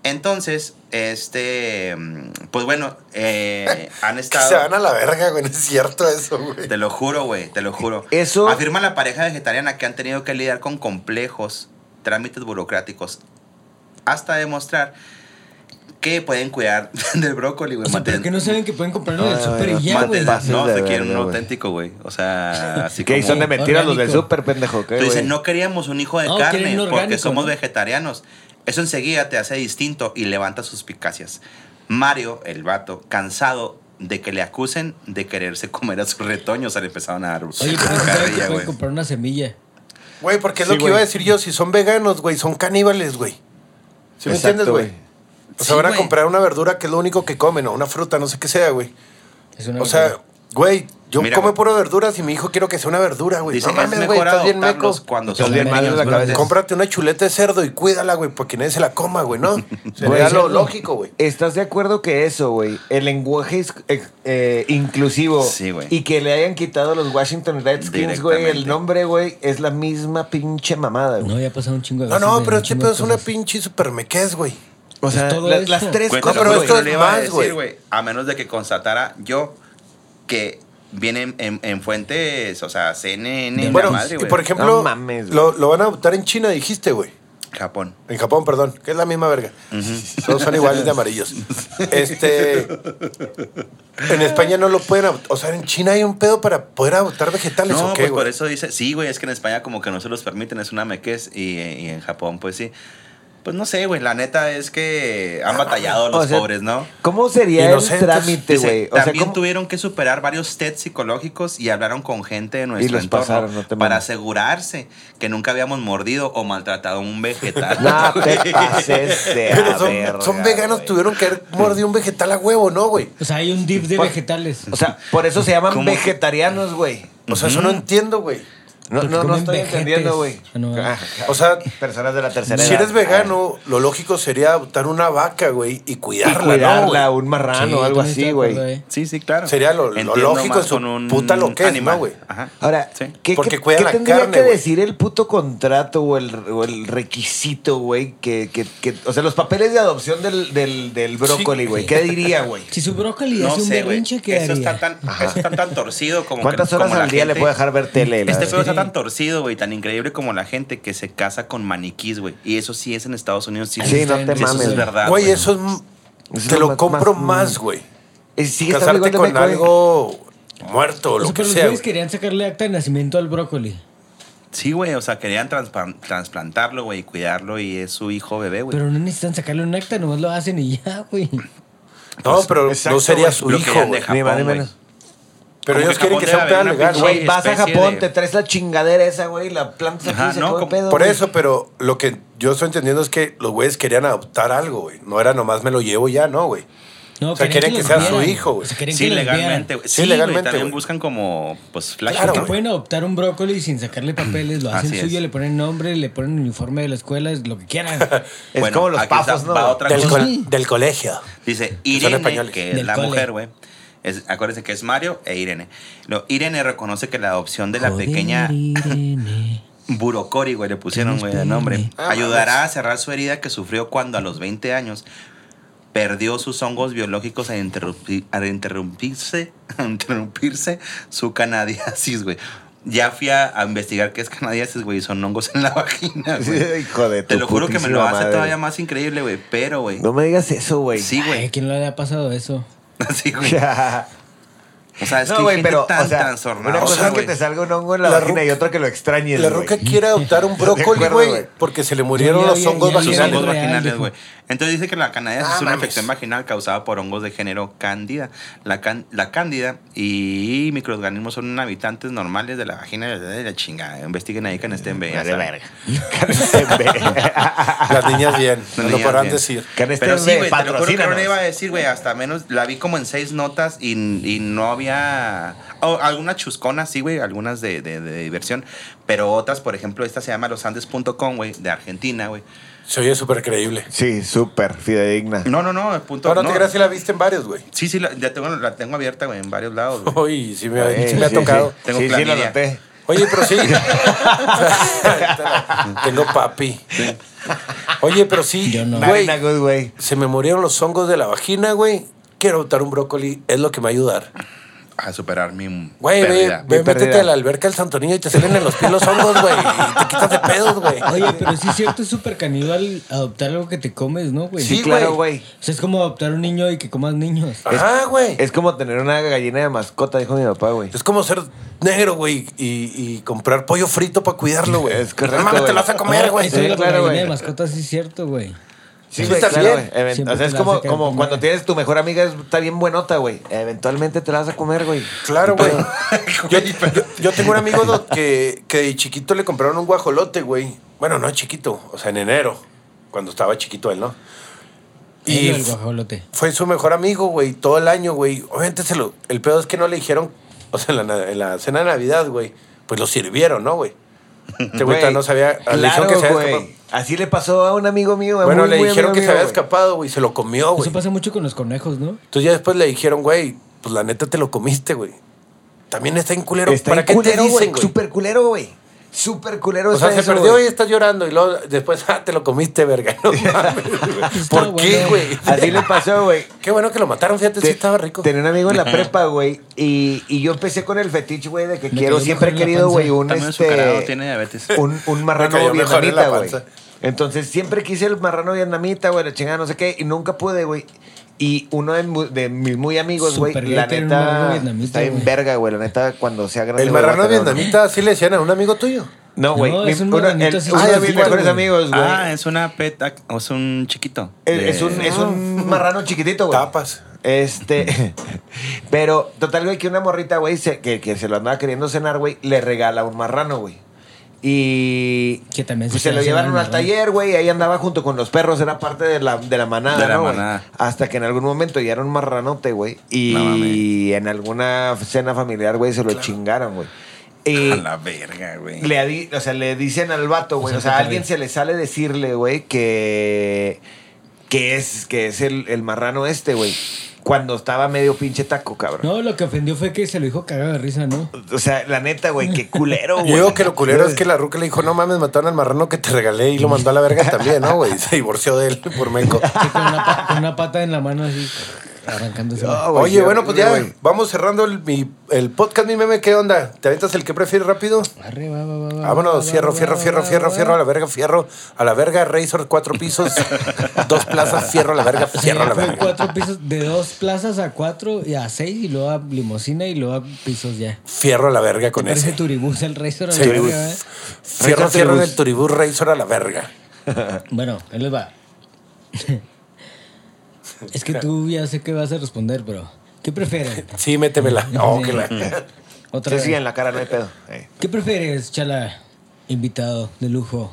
B: Entonces, este. mm, Pues bueno, eh, han
A: Que se van
B: estado.
A: a la verga, güey. No es cierto eso, güey.
B: Te lo juro, güey, te lo juro.
D: Eso-
B: Afirma la pareja vegetariana que han tenido que lidiar con complejos trámites burocráticos hasta demostrar que pueden cuidar del brócoli, güey.
C: O sea,
B: manten-
C: ¿por qué no saben que pueden comprarlo en el
D: Ay,
C: súper
D: no,
C: y ya,
D: mate,
C: güey?
D: pase.
B: No,
D: Pases
B: se
D: de
B: quieren un
D: verga, güey.
B: auténtico, güey. O sea, así
D: ¿Qué
B: como...
D: son de mentira los del
C: orgánico.
D: súper, pendejo? ¿Qué,
B: Tú dices,
D: güey?
B: no queríamos un hijo de
C: No,
B: carne
C: quieren un
B: porque
C: orgánico,
B: somos
C: ¿no?
B: vegetarianos. Eso enseguida te hace distinto y levanta suspicacias. Mario, el vato, cansado de que le acusen de quererse comer a sus retoños, se le empezaron a dar
C: Oye, pero sí saben que
B: carrilla,
C: pueden
B: güey.
C: comprar una semilla.
A: Güey, porque es
D: Sí,
A: lo que
D: güey.
A: iba a decir yo. Si son veganos, güey, son caníbales, güey. ¿Sí me
D: Exacto,
A: entiendes, güey?
D: güey.
A: O sea,
B: Sí,
A: van a
B: güey.
A: comprar una verdura que es lo único que comen, o una fruta, no sé qué sea, güey.
C: Es una
A: O sea,
C: verdura.
A: güey, yo
B: Mira,
A: como
B: güey.
A: puro verduras y mi hijo quiero que sea una verdura, güey.
B: Dice,
A: No mames,
B: es
A: güey,
B: mejor
A: estás bien
B: adoptarlos
A: meco.
B: cuando
D: Estás
B: son
D: bien mal de
B: niños
D: la cabeza.
B: grandes.
A: Cómprate una chuleta de cerdo y cuídala, güey, para que nadie se la coma, güey, ¿no? Sería
D: Güey,
A: lo
D: cerdo.
A: lógico, güey.
D: Pues, eh, ¿Estás de acuerdo que eso, güey? El lenguaje es ex- eh, inclusivo.
B: Sí, güey.
D: Y que le hayan quitado a los Washington Redskins, güey. El
B: Directamente.
D: nombre, güey, es la misma pinche mamada, güey.
C: No, ya ha pasado un chingo de
A: No,
C: veces,
A: no,
C: güey,
A: pero
C: un
A: este
C: chingo
A: pedo
C: de
A: es una
C: cosas.
A: pinche supermequés, güey.
D: O sea,
C: todo
D: la-
C: esto.
D: las tres
B: Cuéntalo,
A: pero
D: cosas,
B: güey,
A: esto
B: no
A: es
D: güey.
B: le iba a
A: más,
B: decir,
A: güey.
B: güey, A menos de que constatara yo que vienen en, en fuentes, o sea, CNN, la
A: Bueno,
B: madre,
A: y
B: güey.
A: por ejemplo,
D: No mames, güey.
A: lo, lo van a adoptar en China, dijiste, güey.
B: Japón.
A: En Japón, perdón, que es la misma verga. Todos son iguales de amarillos. Este. En España no lo pueden. adop- O sea, en China hay un pedo para poder adoptar vegetales
B: No,
A: o qué,
B: pues por
A: güey.
B: eso dice, sí, güey, es que en España como que no se los permiten, es una mequez y, y en Japón pues sí. Pues no sé, güey, la neta es que han batallado los
D: O sea,
B: pobres, ¿no?
D: ¿Cómo sería
A: Inocentes.
D: el trámite,
B: Dice,
D: güey? O sea,
B: también
D: ¿cómo-
B: tuvieron que superar varios tests psicológicos y hablaron con gente de nuestro
D: los
B: entorno
D: pasaron, no te
B: para
D: mames.
B: asegurarse que nunca habíamos mordido o maltratado a un vegetal.
D: No
B: güey.
D: te pases de
A: Pero
D: a
A: son,
D: verga,
A: son veganos,
D: güey.
A: tuvieron que haber mordido un vegetal a huevo, ¿no, güey?
C: O sea, hay un
A: Pues,
C: dip de vegetales.
D: O sea, por eso se
B: ¿Cómo?
D: llaman vegetarianos, güey.
A: O sea, eso no entiendo, güey.
D: No,
C: Porque
D: no, no
C: comen
D: estoy
C: vejetes.
D: entendiendo, güey.
C: Ah, no.
D: Ah,
A: O sea,
D: Personas de la tercera edad.
A: si eres vegano, lo lógico sería adoptar una vaca, güey, y
D: Y
A: cuidarla, ¿no,
D: cuidarla,
A: güey?
D: un marrano
C: Sí,
D: algo
C: también estoy
D: así,
C: de
D: güey.
C: acuerdo, eh.
B: Sí, sí, claro.
A: Sería lo- lo
B: Entiendo
A: lógico
B: más
A: en su
B: con un
A: puta lo que es, ¿no,
B: animal.
A: güey?
B: Ajá.
D: Ahora,
B: Sí.
D: ¿qué,
A: Porque
D: qué-
A: cuidan
D: qué
A: la
D: tendría
A: carne,
D: que
A: güey.
D: decir el puto contrato o el, o el requisito, güey? Que, que, que- o sea, los papeles de adopción del, del, del brócoli, güey. ¿Qué diría, güey?
C: Si
A: Mm.
C: su brócoli
B: No
C: hace un
B: sé, güey.
C: berrinche, ¿qué
B: Eso
C: haría?
B: está tan, eso está tan torcido como que-
D: ¿Cuántas horas
B: como la
D: al día le
B: gente-
D: puedo dejar ver tele? la
B: Este
D: verdad?
B: pedo está tan torcido, güey, tan increíble como la gente que se casa con maniquís, güey. Y eso sí es en Estados Unidos. Sí,
D: Sí, no
B: existe.
D: te
B: Eso
D: mames.
B: es verdad.
A: Güey,
B: güey.
A: eso es... m-
D: Es
A: te
D: lo
A: lo
D: más-
A: compro
D: más-
A: más, güey.
D: Eh, sigue estando
A: Casarte
D: igual de
A: con
D: meco, eh.
A: algo muerto o
C: O
A: lo
C: sea,
A: que
C: pero los
A: sea.
C: güeyes
A: güey.
C: querían sacarle acta de nacimiento al brócoli.
B: Sí, güey, o sea, querían transpa- trasplantarlo, güey, y cuidarlo, y es su hijo bebé, güey.
C: Pero no necesitan sacarle un acta, nomás lo hacen y ya, güey.
A: No, pero
D: Exacto,
A: no sería
D: güey.
A: su
B: Pues, Lo
A: hijo,
B: querían
A: güey.
B: dejar. Japón,
D: Ni más ni
B: güey.
D: menos.
A: Pero
B: Como
A: ellos
B: que
A: quieren que sea un
B: Japón debe
A: pedo
B: haber una
A: legal,
B: pinche-
A: güey.
D: Güey, vas a
B: especie
D: Japón,
B: de-
D: te traes la chingadera esa, güey, la plantas aquí
B: Ajá,
D: y se
B: no,
D: acabó el
B: como-
D: pedo.
A: Por
D: güey.
A: eso, pero lo que yo estoy entendiendo es que los güeyes querían adoptar algo, güey. No era nomás me lo llevo ya, no, güey.
C: No,
A: O sea,
C: querían
A: querían que
C: los
A: sea su
C: vieran.
A: hijo, güey.
C: O sea, querían
B: Sí,
C: que los vieran.
B: legalmente, güey.
A: Sí,
B: Sí, güey,
A: legalmente,
B: También
A: güey.
B: buscan como, pues, flash.
A: Claro,
C: Porque
A: güey.
C: pueden adoptar un brócoli sin sacarle papeles, lo hacen
B: Así
C: suyo,
B: es.
C: le ponen nombre, le ponen uniforme de la escuela, es lo que quieran.
D: Es como los pafos, ¿no?
B: Va otra
A: Del,
B: cosa.
A: col-
C: Sí.
A: del colegio.
B: Dice
A: españoles.
B: Irene, que es
C: Del
B: la
C: cole.
B: mujer, güey. Es- acuérdense que es Mario e Irene. No, Irene reconoce que la adopción de la
C: Joder,
B: pequeña
C: Irene.
B: Burocori, güey, le pusieron, güey, el nombre.
D: Ah,
B: Ayudará a cerrar su herida que sufrió cuando a los 20 años perdió sus hongos biológicos al, interrumpi- al interrumpirse, al interrumpirse su canadiasis, güey. Ya fui a, a investigar qué es canadiasis, güey, y son hongos en la vagina, güey.
D: Hijo de
B: Te
D: tu
B: lo juro que me lo
D: putísima
B: hace
D: madre.
B: todavía más increíble, güey, pero, güey.
D: No me digas eso, güey.
B: Sí,
C: Ay,
B: güey.
C: ¿Quién le ha pasado eso?
B: Sí, güey. O sea, es
D: no,
B: que
D: güey,
B: hay gente
D: pero.
B: tan
D: o sea,
B: trastornada,
D: una cosa
B: güey.
D: es que te salga un hongo en la,
A: La
D: vagina
A: ruca-
D: y otra que lo extrañes.
A: La
D: güey.
A: ruca quiere adoptar un brócoli,
D: acuerdo,
A: güey,
D: güey.
A: porque se le murieron
C: Ya,
A: los
C: ya,
A: hongos
C: ya, ya,
B: Sus
C: ya,
A: vaginales.
B: hongos
C: real,
B: vaginales,
C: dijo.
B: güey. Entonces dice que la canadiense
A: Ah,
B: es una
A: mames.
B: infección vaginal causada por hongos de género cándida. La, can- la cándida y microorganismos son habitantes normales de la vagina de la chingada. Investiguen ahí que no estén
D: Vale,
B: verga.
D: verga. Carmen
A: Las niñas bien,
B: Las
A: no lo
B: niñas
A: podrán
B: bien.
A: decir.
D: Carnes
B: Pero sí,
D: TV,
B: güey, te lo juro que no
D: patrocínanos.
B: le iba a decir, güey, hasta menos la vi como en seis notas y, y no había... o algunas chusconas, sí, güey, algunas de, de- de diversión, pero otras, por ejemplo, esta se llama losandes.com, güey, de Argentina, güey.
A: Se oye súper creíble.
D: Sí, súper fidedigna.
B: No, no, no, el punto...
A: Ahora
B: no.
A: te creas si la viste en varios, güey.
B: Sí, sí, la, ya tengo, la tengo abierta, güey, en varios lados, güey.
A: Uy, sí me, ha-
D: Eh,
A: sí me ha
D: sí,
A: tocado.
D: sí.
B: Tengo
D: sí, sí, lo
B: clamidia.
D: noté.
A: Oye, pero sí. Tengo papi. Oye, pero sí.
C: Yo no.
A: Güey,
D: Marina Good, güey.
A: se me murieron los hongos de la vagina, güey. Quiero adoptar un brócoli, es lo que me va a ayudar.
B: a superar mi
A: Güey, ve,
B: pérdida.
A: ve,
D: Mi
A: métete
D: pérdida.
A: a la alberca del Santonino y te salen en los pies los hongos, güey. Y te quitas de pedos, güey.
C: Oye, pero sí es cierto, es súper caníbal adoptar algo que te comes, ¿no, güey?
A: Sí,
D: Sí, claro, güey.
C: O sea, es como adoptar un niño y que comas niños.
A: Ajá, güey.
D: Es como tener una gallina de mascota, dijo mi papá, güey.
A: Es como ser negro, güey, y, y comprar pollo frito para cuidarlo, güey.
D: Es correcto,
A: No mames, te
D: güey.
A: lo vas a comer, güey.
C: Eso
D: Sí,
C: de la
D: claro,
C: gallina
D: güey.
C: de mascotas sí es cierto, güey.
A: Sí,
D: Sí, güey,
A: está
D: claro,
A: bien.
D: güey. Event-
C: Siempre
D: O
C: te
D: sea, es
C: la
D: como,
C: sacan
D: como
C: con
D: cuando
C: madre.
D: tienes tu mejor amiga, es- está bien buenota, güey. Eventualmente te la vas a comer, güey.
A: Claro, güey. Yo, yo- yo tengo un amigo do- que, que de chiquito le compraron un guajolote, güey. Bueno, no chiquito, o sea, en enero, cuando estaba chiquito él, ¿no?
C: Y
A: Y
C: el guajolote.
A: fue su mejor amigo, güey, todo el año, güey. Obviamente, se lo, el pedo es que no le dijeron, o sea, en la, na- en la cena de Navidad, güey, pues lo sirvieron, ¿no, güey? Este güey todavía no sabía, le dijeron
D: Claro,
A: que se había escapado.
D: güey. Así le pasó a un amigo mío. a
A: Bueno,
D: muy,
A: le
D: muy
A: dijeron
D: amigo
A: que se
D: mío,
A: había
D: güey.
A: escapado, güey, se lo comió, güey.
C: Eso pasa mucho con los conejos, ¿no?
A: Entonces ya después le dijeron, güey, pues la neta te lo comiste, güey. También está en culero.
D: Está
A: ¿Para
D: en
A: qué
D: culero,
A: te dicen,
D: güey.
A: güey?
D: Súper culero, güey. Súper culero
A: O sea,
D: está
A: se
D: eso,
A: perdió
D: güey.
A: y estás llorando y luego después, ah, te lo comiste, verga. No mames, güey. ¿Por
C: bueno.
A: qué, güey?
D: Así le pasó, güey.
A: Qué bueno que lo mataron, fíjate, sí
D: Te-
A: estaba rico.
D: Tenía un amigo en la prepa, güey, y, y yo empecé con el fetiche, güey, de que
C: Me
D: quiero,
C: cayó
D: siempre he
C: mejor en la
D: querido, güey,
C: panza.
D: un
B: También
D: este...
B: azucarado, tiene diabetes.
D: Un, un
A: Me
D: marrano
A: cayó mejor en la
D: vietnamita, güey.
A: panza.
D: Entonces siempre quise el marrano vietnamita, güey, la chingada, no sé qué, y nunca pude, güey. Y uno de, mu- de mis muy amigos, güey,
C: Súper
D: la
C: gay tener un marrano
D: neta,
C: vietnamita,
D: está en
C: güey.
D: verga, güey, la neta, cuando sea grande.
A: El
D: güey, voy a
A: marrano
D: tener uno.
A: vietnamita, así le decían a un amigo tuyo.
D: No, güey,
C: No,
D: mi-
C: es un
D: uno el-
C: marranito así
D: uno de mis
A: chiquito,
D: mejores
A: güey.
D: amigos, güey.
B: Ah, es una peta, o es un chiquito.
D: Es,
B: De-
D: es un, es un marrano chiquitito, güey.
A: Tapas.
D: Este. Pero, total, güey, que una morrita, güey, se- que, que se lo andaba queriendo cenar, güey, le regala un marrano, güey. Y.
C: Que también se
D: pues se, lo
C: quería
D: llevaron
C: cenar
D: al
C: el marrano.
D: taller, güey. y Ahí andaba junto con los perros, era parte de la, de la manada,
B: De la
D: ¿no, güey?
B: manada.
D: Hasta que en algún momento ya era un marranote, güey. Y
B: No mames.
D: en alguna cena familiar, güey, se lo chingaron, güey. Y
B: A la verga, güey.
D: le, adi- o sea, le dicen al vato, güey.
C: sea,
D: O sea, a
C: que
D: alguien
C: todavía-
D: se le sale decirle, güey, que, que es, que es el, el marrano este, güey. Cuando estaba medio pinche taco, cabrón.
C: No, lo que ofendió fue que se lo dijo cagado de risa, ¿no?
D: O sea, la neta, güey, qué culero, güey.
A: Yo digo que lo culero es que la ruca le dijo, no mames, mataron al marrano que te regalé y lo mandó a la verga también, ¿no, güey? Se divorció de él por meco.
C: Que con, una pa- con una pata en la mano así, arrancándose.
D: No, güey,
A: Oye,
D: qué
A: bueno, pues
D: horrible,
A: ya
D: güey.
A: vamos cerrando el, mi- el podcast, mi meme. ¿Qué onda? ¿Te aventas el que prefieres rápido?
C: Arre, va, va, va, va, va, va,
A: Vámonos, fierro,
C: va,
A: fierro,
C: va,
A: fierro,
C: va,
A: fierro,
C: va.
A: fierro a la verga, fierro a la verga, Razor, cuatro pisos, dos plazas, fierro a la verga,
C: Sí,
A: fierro a la
C: fue
A: verga.
C: cuatro pisos, de dos plazas a cuatro y a seis y luego a limosina y luego a pisos ya.
A: Fierro a la verga con
C: Parece
A: ese.
C: turibús el restaurante.
A: Sí, güey.
C: ¿eh?
A: Fierro,
D: Razor
A: fierro en el turibús,
D: Turibús.
A: Razor a la verga.
C: ¿eh? Bueno, él les va. es que tú ya sé que vas a responder, pero ¿qué prefieren?
A: Sí, métemela. Oh, que la-
C: Otra
D: Sí, sí,
C: vez.
D: en la cara, no hay pedo. Eh.
C: ¿Qué prefieres, chala? Invitado de lujo.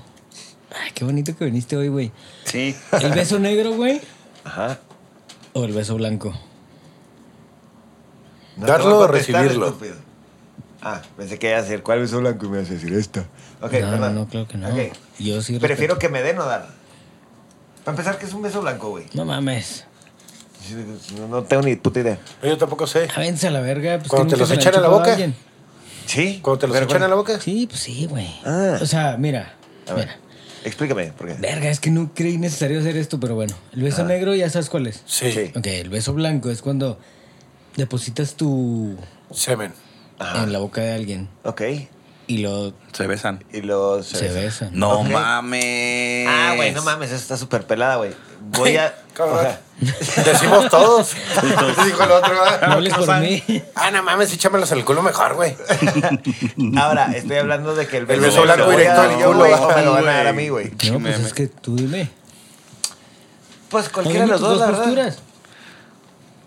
C: Ay, qué bonito que viniste hoy, güey.
B: Sí.
C: ¿El beso negro, güey?
D: Ajá.
C: ¿O el beso blanco?
D: No
A: Darlo
D: te voy a
A: o
D: contestar,
A: recibirlo.
D: estúpido. Ah, pensé que iba a decir, ¿cuál beso blanco? Y me ibas a decir, esta.
C: no,
D: Ok, perdón.
C: no, no, claro que no.
D: Ok.
C: Yo sí
D: Prefiero
C: respeto.
D: que me den o dar. Para empezar, que es un beso blanco, güey?
C: No mames.
D: No, no tengo ni puta idea.
A: Yo tampoco sé.
C: Ávense a la verga. Pues,
A: Cuando
C: que
A: te
C: nunca
A: los
C: se la
A: echan a la
C: chupaba
A: boca.
C: alguien.
D: ¿Sí?
A: ¿Cuando te los
D: Pero
A: echan
D: bueno,
A: a la boca?
C: Sí, pues sí, güey.
D: Ah.
C: O sea, mira.
D: A ver,
C: mira.
D: explícame, ¿por qué?
C: Verga, es que no creí necesario hacer esto, pero bueno. El beso negro ya sabes cuál es.
A: Sí.
D: Sí.
C: Ok, el beso blanco es cuando depositas tu...
A: Semen.
C: en la boca de alguien
D: Ok.
C: y lo
B: Se besan.
D: Y los...
C: se, besa.
B: No
D: Ok.
B: mames.
D: Ah, güey, no mames, eso está súper pelada, güey. Voy a...
A: Cabrón.
D: o sea,
A: Decimos todos. Dijo el otro. ¿verdad?
C: No hables
B: no
C: por
B: saben.
C: mí.
A: Ah, no mames, échamelos al culo mejor, güey.
D: ahora, estoy hablando de que el beso,
A: beso blanco
D: voy a
A: directo
D: dar
A: al
D: yo,
A: culo,
D: güey,
A: ah,
D: o me lo van a
B: güey.
D: dar a mí, güey.
C: No,
B: Meme.
C: pues es que tú dime.
D: Pues
C: No,
D: cualquiera de
C: dime
D: los
C: tus
D: dos, la verdad.
C: posturas.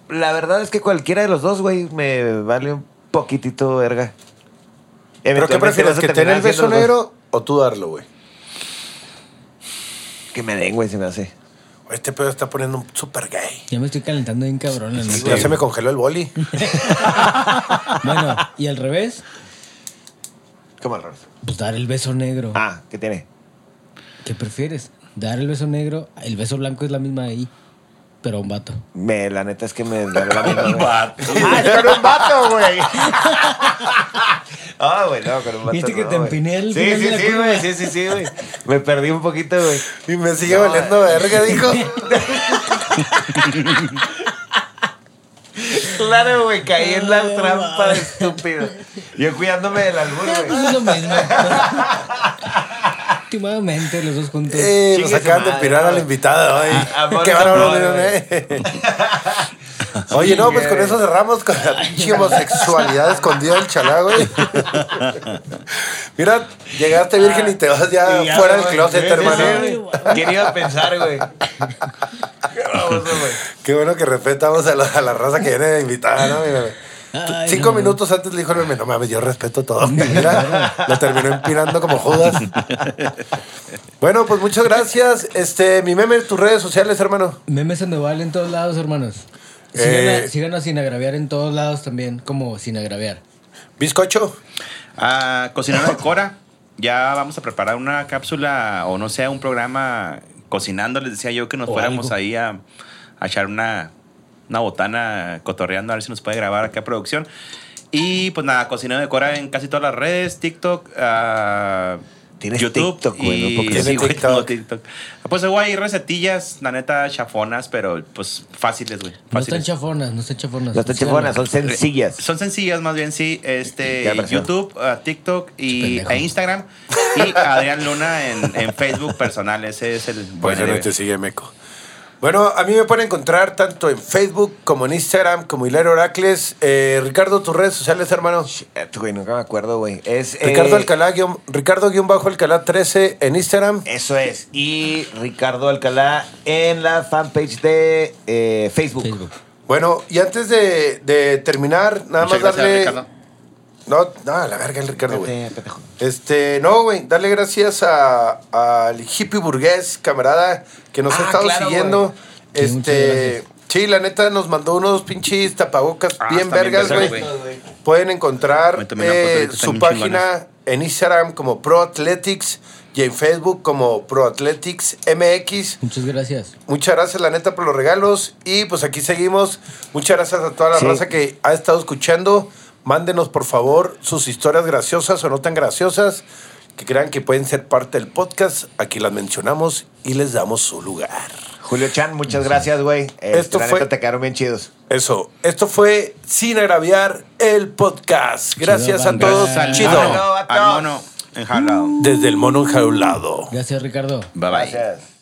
D: La verdad es que cualquiera de los dos, güey, me vale un poquitito verga.
A: ¿Pero qué
D: Eventualmente
A: prefieres?
D: vas a
A: ¿Que
D: terminar
A: tener el beso
D: haciendo los dos.
A: negro o tú darlo, güey?
D: Que me den, güey, se me hace.
A: Este pedo está poniendo un super gay.
C: Ya me estoy calentando bien cabrón. la neta.
A: Ya se me congeló el boli.
C: Bueno, y al revés,
D: ¿Cómo al revés?
C: pues dar el beso negro.
D: Ah, ¿qué tiene?
C: ¿Qué prefieres? Dar el beso negro, el beso blanco es la misma ahí, pero a un vato.
D: Me, la neta es que me da la misma, güey.
B: Vato.
D: ¡Ah, es con un vato, güey! Ah, güey, no, con un vato.
C: ¿Viste que
D: no,
C: te
D: güey.
C: empiné al
D: Sí,
C: final
D: sí,
C: de la
D: sí,
C: curva?
D: güey. Sí, sí, sí, güey. Me perdí un poquito, güey.
A: Y me sigue
D: No, eh,
A: valiendo verga, dijo.
D: Claro, güey, caí en la
C: Ah,
D: trampa de estúpido. Yo cuidándome del albur,
C: Ah, pues
D: güey.
C: es lo mismo. Últimamente los dos juntos.
A: Eh, nos
D: Chingue su
A: acaban de
D: madre,
A: pirar a la
D: no. Ah,
A: invitada hoy.
D: A- amor
A: Qué
D: es
A: bárbaro,
D: amor,
A: miren, eh. Oye, no, pues con eso
D: eh.
A: cerramos con la pinche homosexualidad escondida del chalá, güey. Mira, llegaste virgen y te vas ya
D: Y ya,
A: fuera del
D: güey,
A: closet,
D: sí,
A: hermano.
D: sí, sí, güey. ¿Quién iba a pensar, güey? Qué baboso, güey.
A: Qué bueno que respetamos a la, a la raza que viene de invitada, ¿no? Mira,
C: Ay,
A: Cinco
C: no.
A: minutos antes le dijo el meme, no mames, yo respeto todo. Mira, lo terminó empinando como Judas. Bueno, pues muchas gracias. Este, mi meme, tus redes sociales, hermano.
C: Meme Sandoval en todos lados, hermanos. Sigan,
A: Eh.
C: a, sigan a Sin Agraviar en todos lados también, como Sin Agraviar.
A: Bizcocho.
B: Ah, cocinando de Cora. Ya vamos a preparar una cápsula o no sé, un programa cocinando. Les decía yo que nos
C: O
B: fuéramos
C: algo.
B: ahí a, a echar una, una botana cotorreando, a ver si nos puede grabar acá producción. Y pues nada, cocinando de Cora en casi todas las redes: TikTok, ah,
D: Tienes
B: YouTube.
D: TikTok, güey, no
B: y-
D: puedo
A: creer.
B: sí, güey,
A: Tiene TikTok.
B: tengo TikTok. Ah, Pues luego hay recetillas, la neta, chafonas, pero pues fáciles, güey.
C: No están
B: Fáciles.
C: chafonas, no están chafonas.
D: No están
C: Síganlo.
D: chafonas, son sencillas.
B: Son sencillas, más bien, sí. Este,
D: Ya, versión.
B: YouTube, uh, TikTok y,
C: Pendejo.
B: e Instagram. Y Adrián Luna en, en Facebook personal. Ese es el
A: Pues
B: bueno.
A: no te sigue Meco. Bueno, a mí me pueden encontrar tanto en Facebook como en Instagram como Hilario Oracles. Eh, Ricardo, tus redes sociales, hermano.
D: Shit, Eh, güey, nunca me acuerdo, güey. Es, eh,
A: Ricardo Alcalá, guión- Ricardo guión bajo Alcalá 13 en Instagram.
D: Eso es. Y Ricardo Alcalá en la fanpage de eh, Facebook.
C: Facebook.
A: Bueno, y antes de, de terminar, nada
B: Muchas
A: más darle.
B: gracias, Ricardo.
A: No, no, la verga el Ricardo, güey.
D: Vete, pendejo.
A: Este, no, güey, darle gracias a- al hippie burgués, camarada, que nos
D: Ah,
A: ha estado
D: claro,
A: siguiendo.
C: güey. Sí, muchas
A: Este,
C: gracias.
A: Sí, la neta nos mandó unos pinches tapabocas
B: Ah,
A: bien
B: están bien
A: vergas,
B: vergas,
A: güey.
B: güey.
A: Pueden
B: Me
A: encontrar
B: tomé una
A: eh,
B: foto ahorita,
A: su
B: están bien
A: página en Instagram como Pro Athletics y en Facebook como Pro Athletics MX.
C: Muchas gracias.
A: Muchas gracias, la neta, por los regalos. Y pues aquí seguimos. Muchas gracias a toda la
D: Sí.
A: raza que ha estado escuchando. Mándenos, por favor, sus historias graciosas o no tan graciosas que crean que pueden ser parte del podcast. Aquí las mencionamos y les damos su lugar.
D: Julio Chan, muchas gracias, güey. Este,
A: Esto
D: la
A: fue-
D: neta, te quedaron bien chidos.
A: Eso, esto fue Sin Agraviar el podcast. Gracias
C: Chido,
A: a todos.
C: banda.
A: Chido.
B: Al mono, al mono enjaulado.
A: Desde el mono enjaulado.
C: Gracias, Ricardo.
B: Bye bye.
D: Gracias.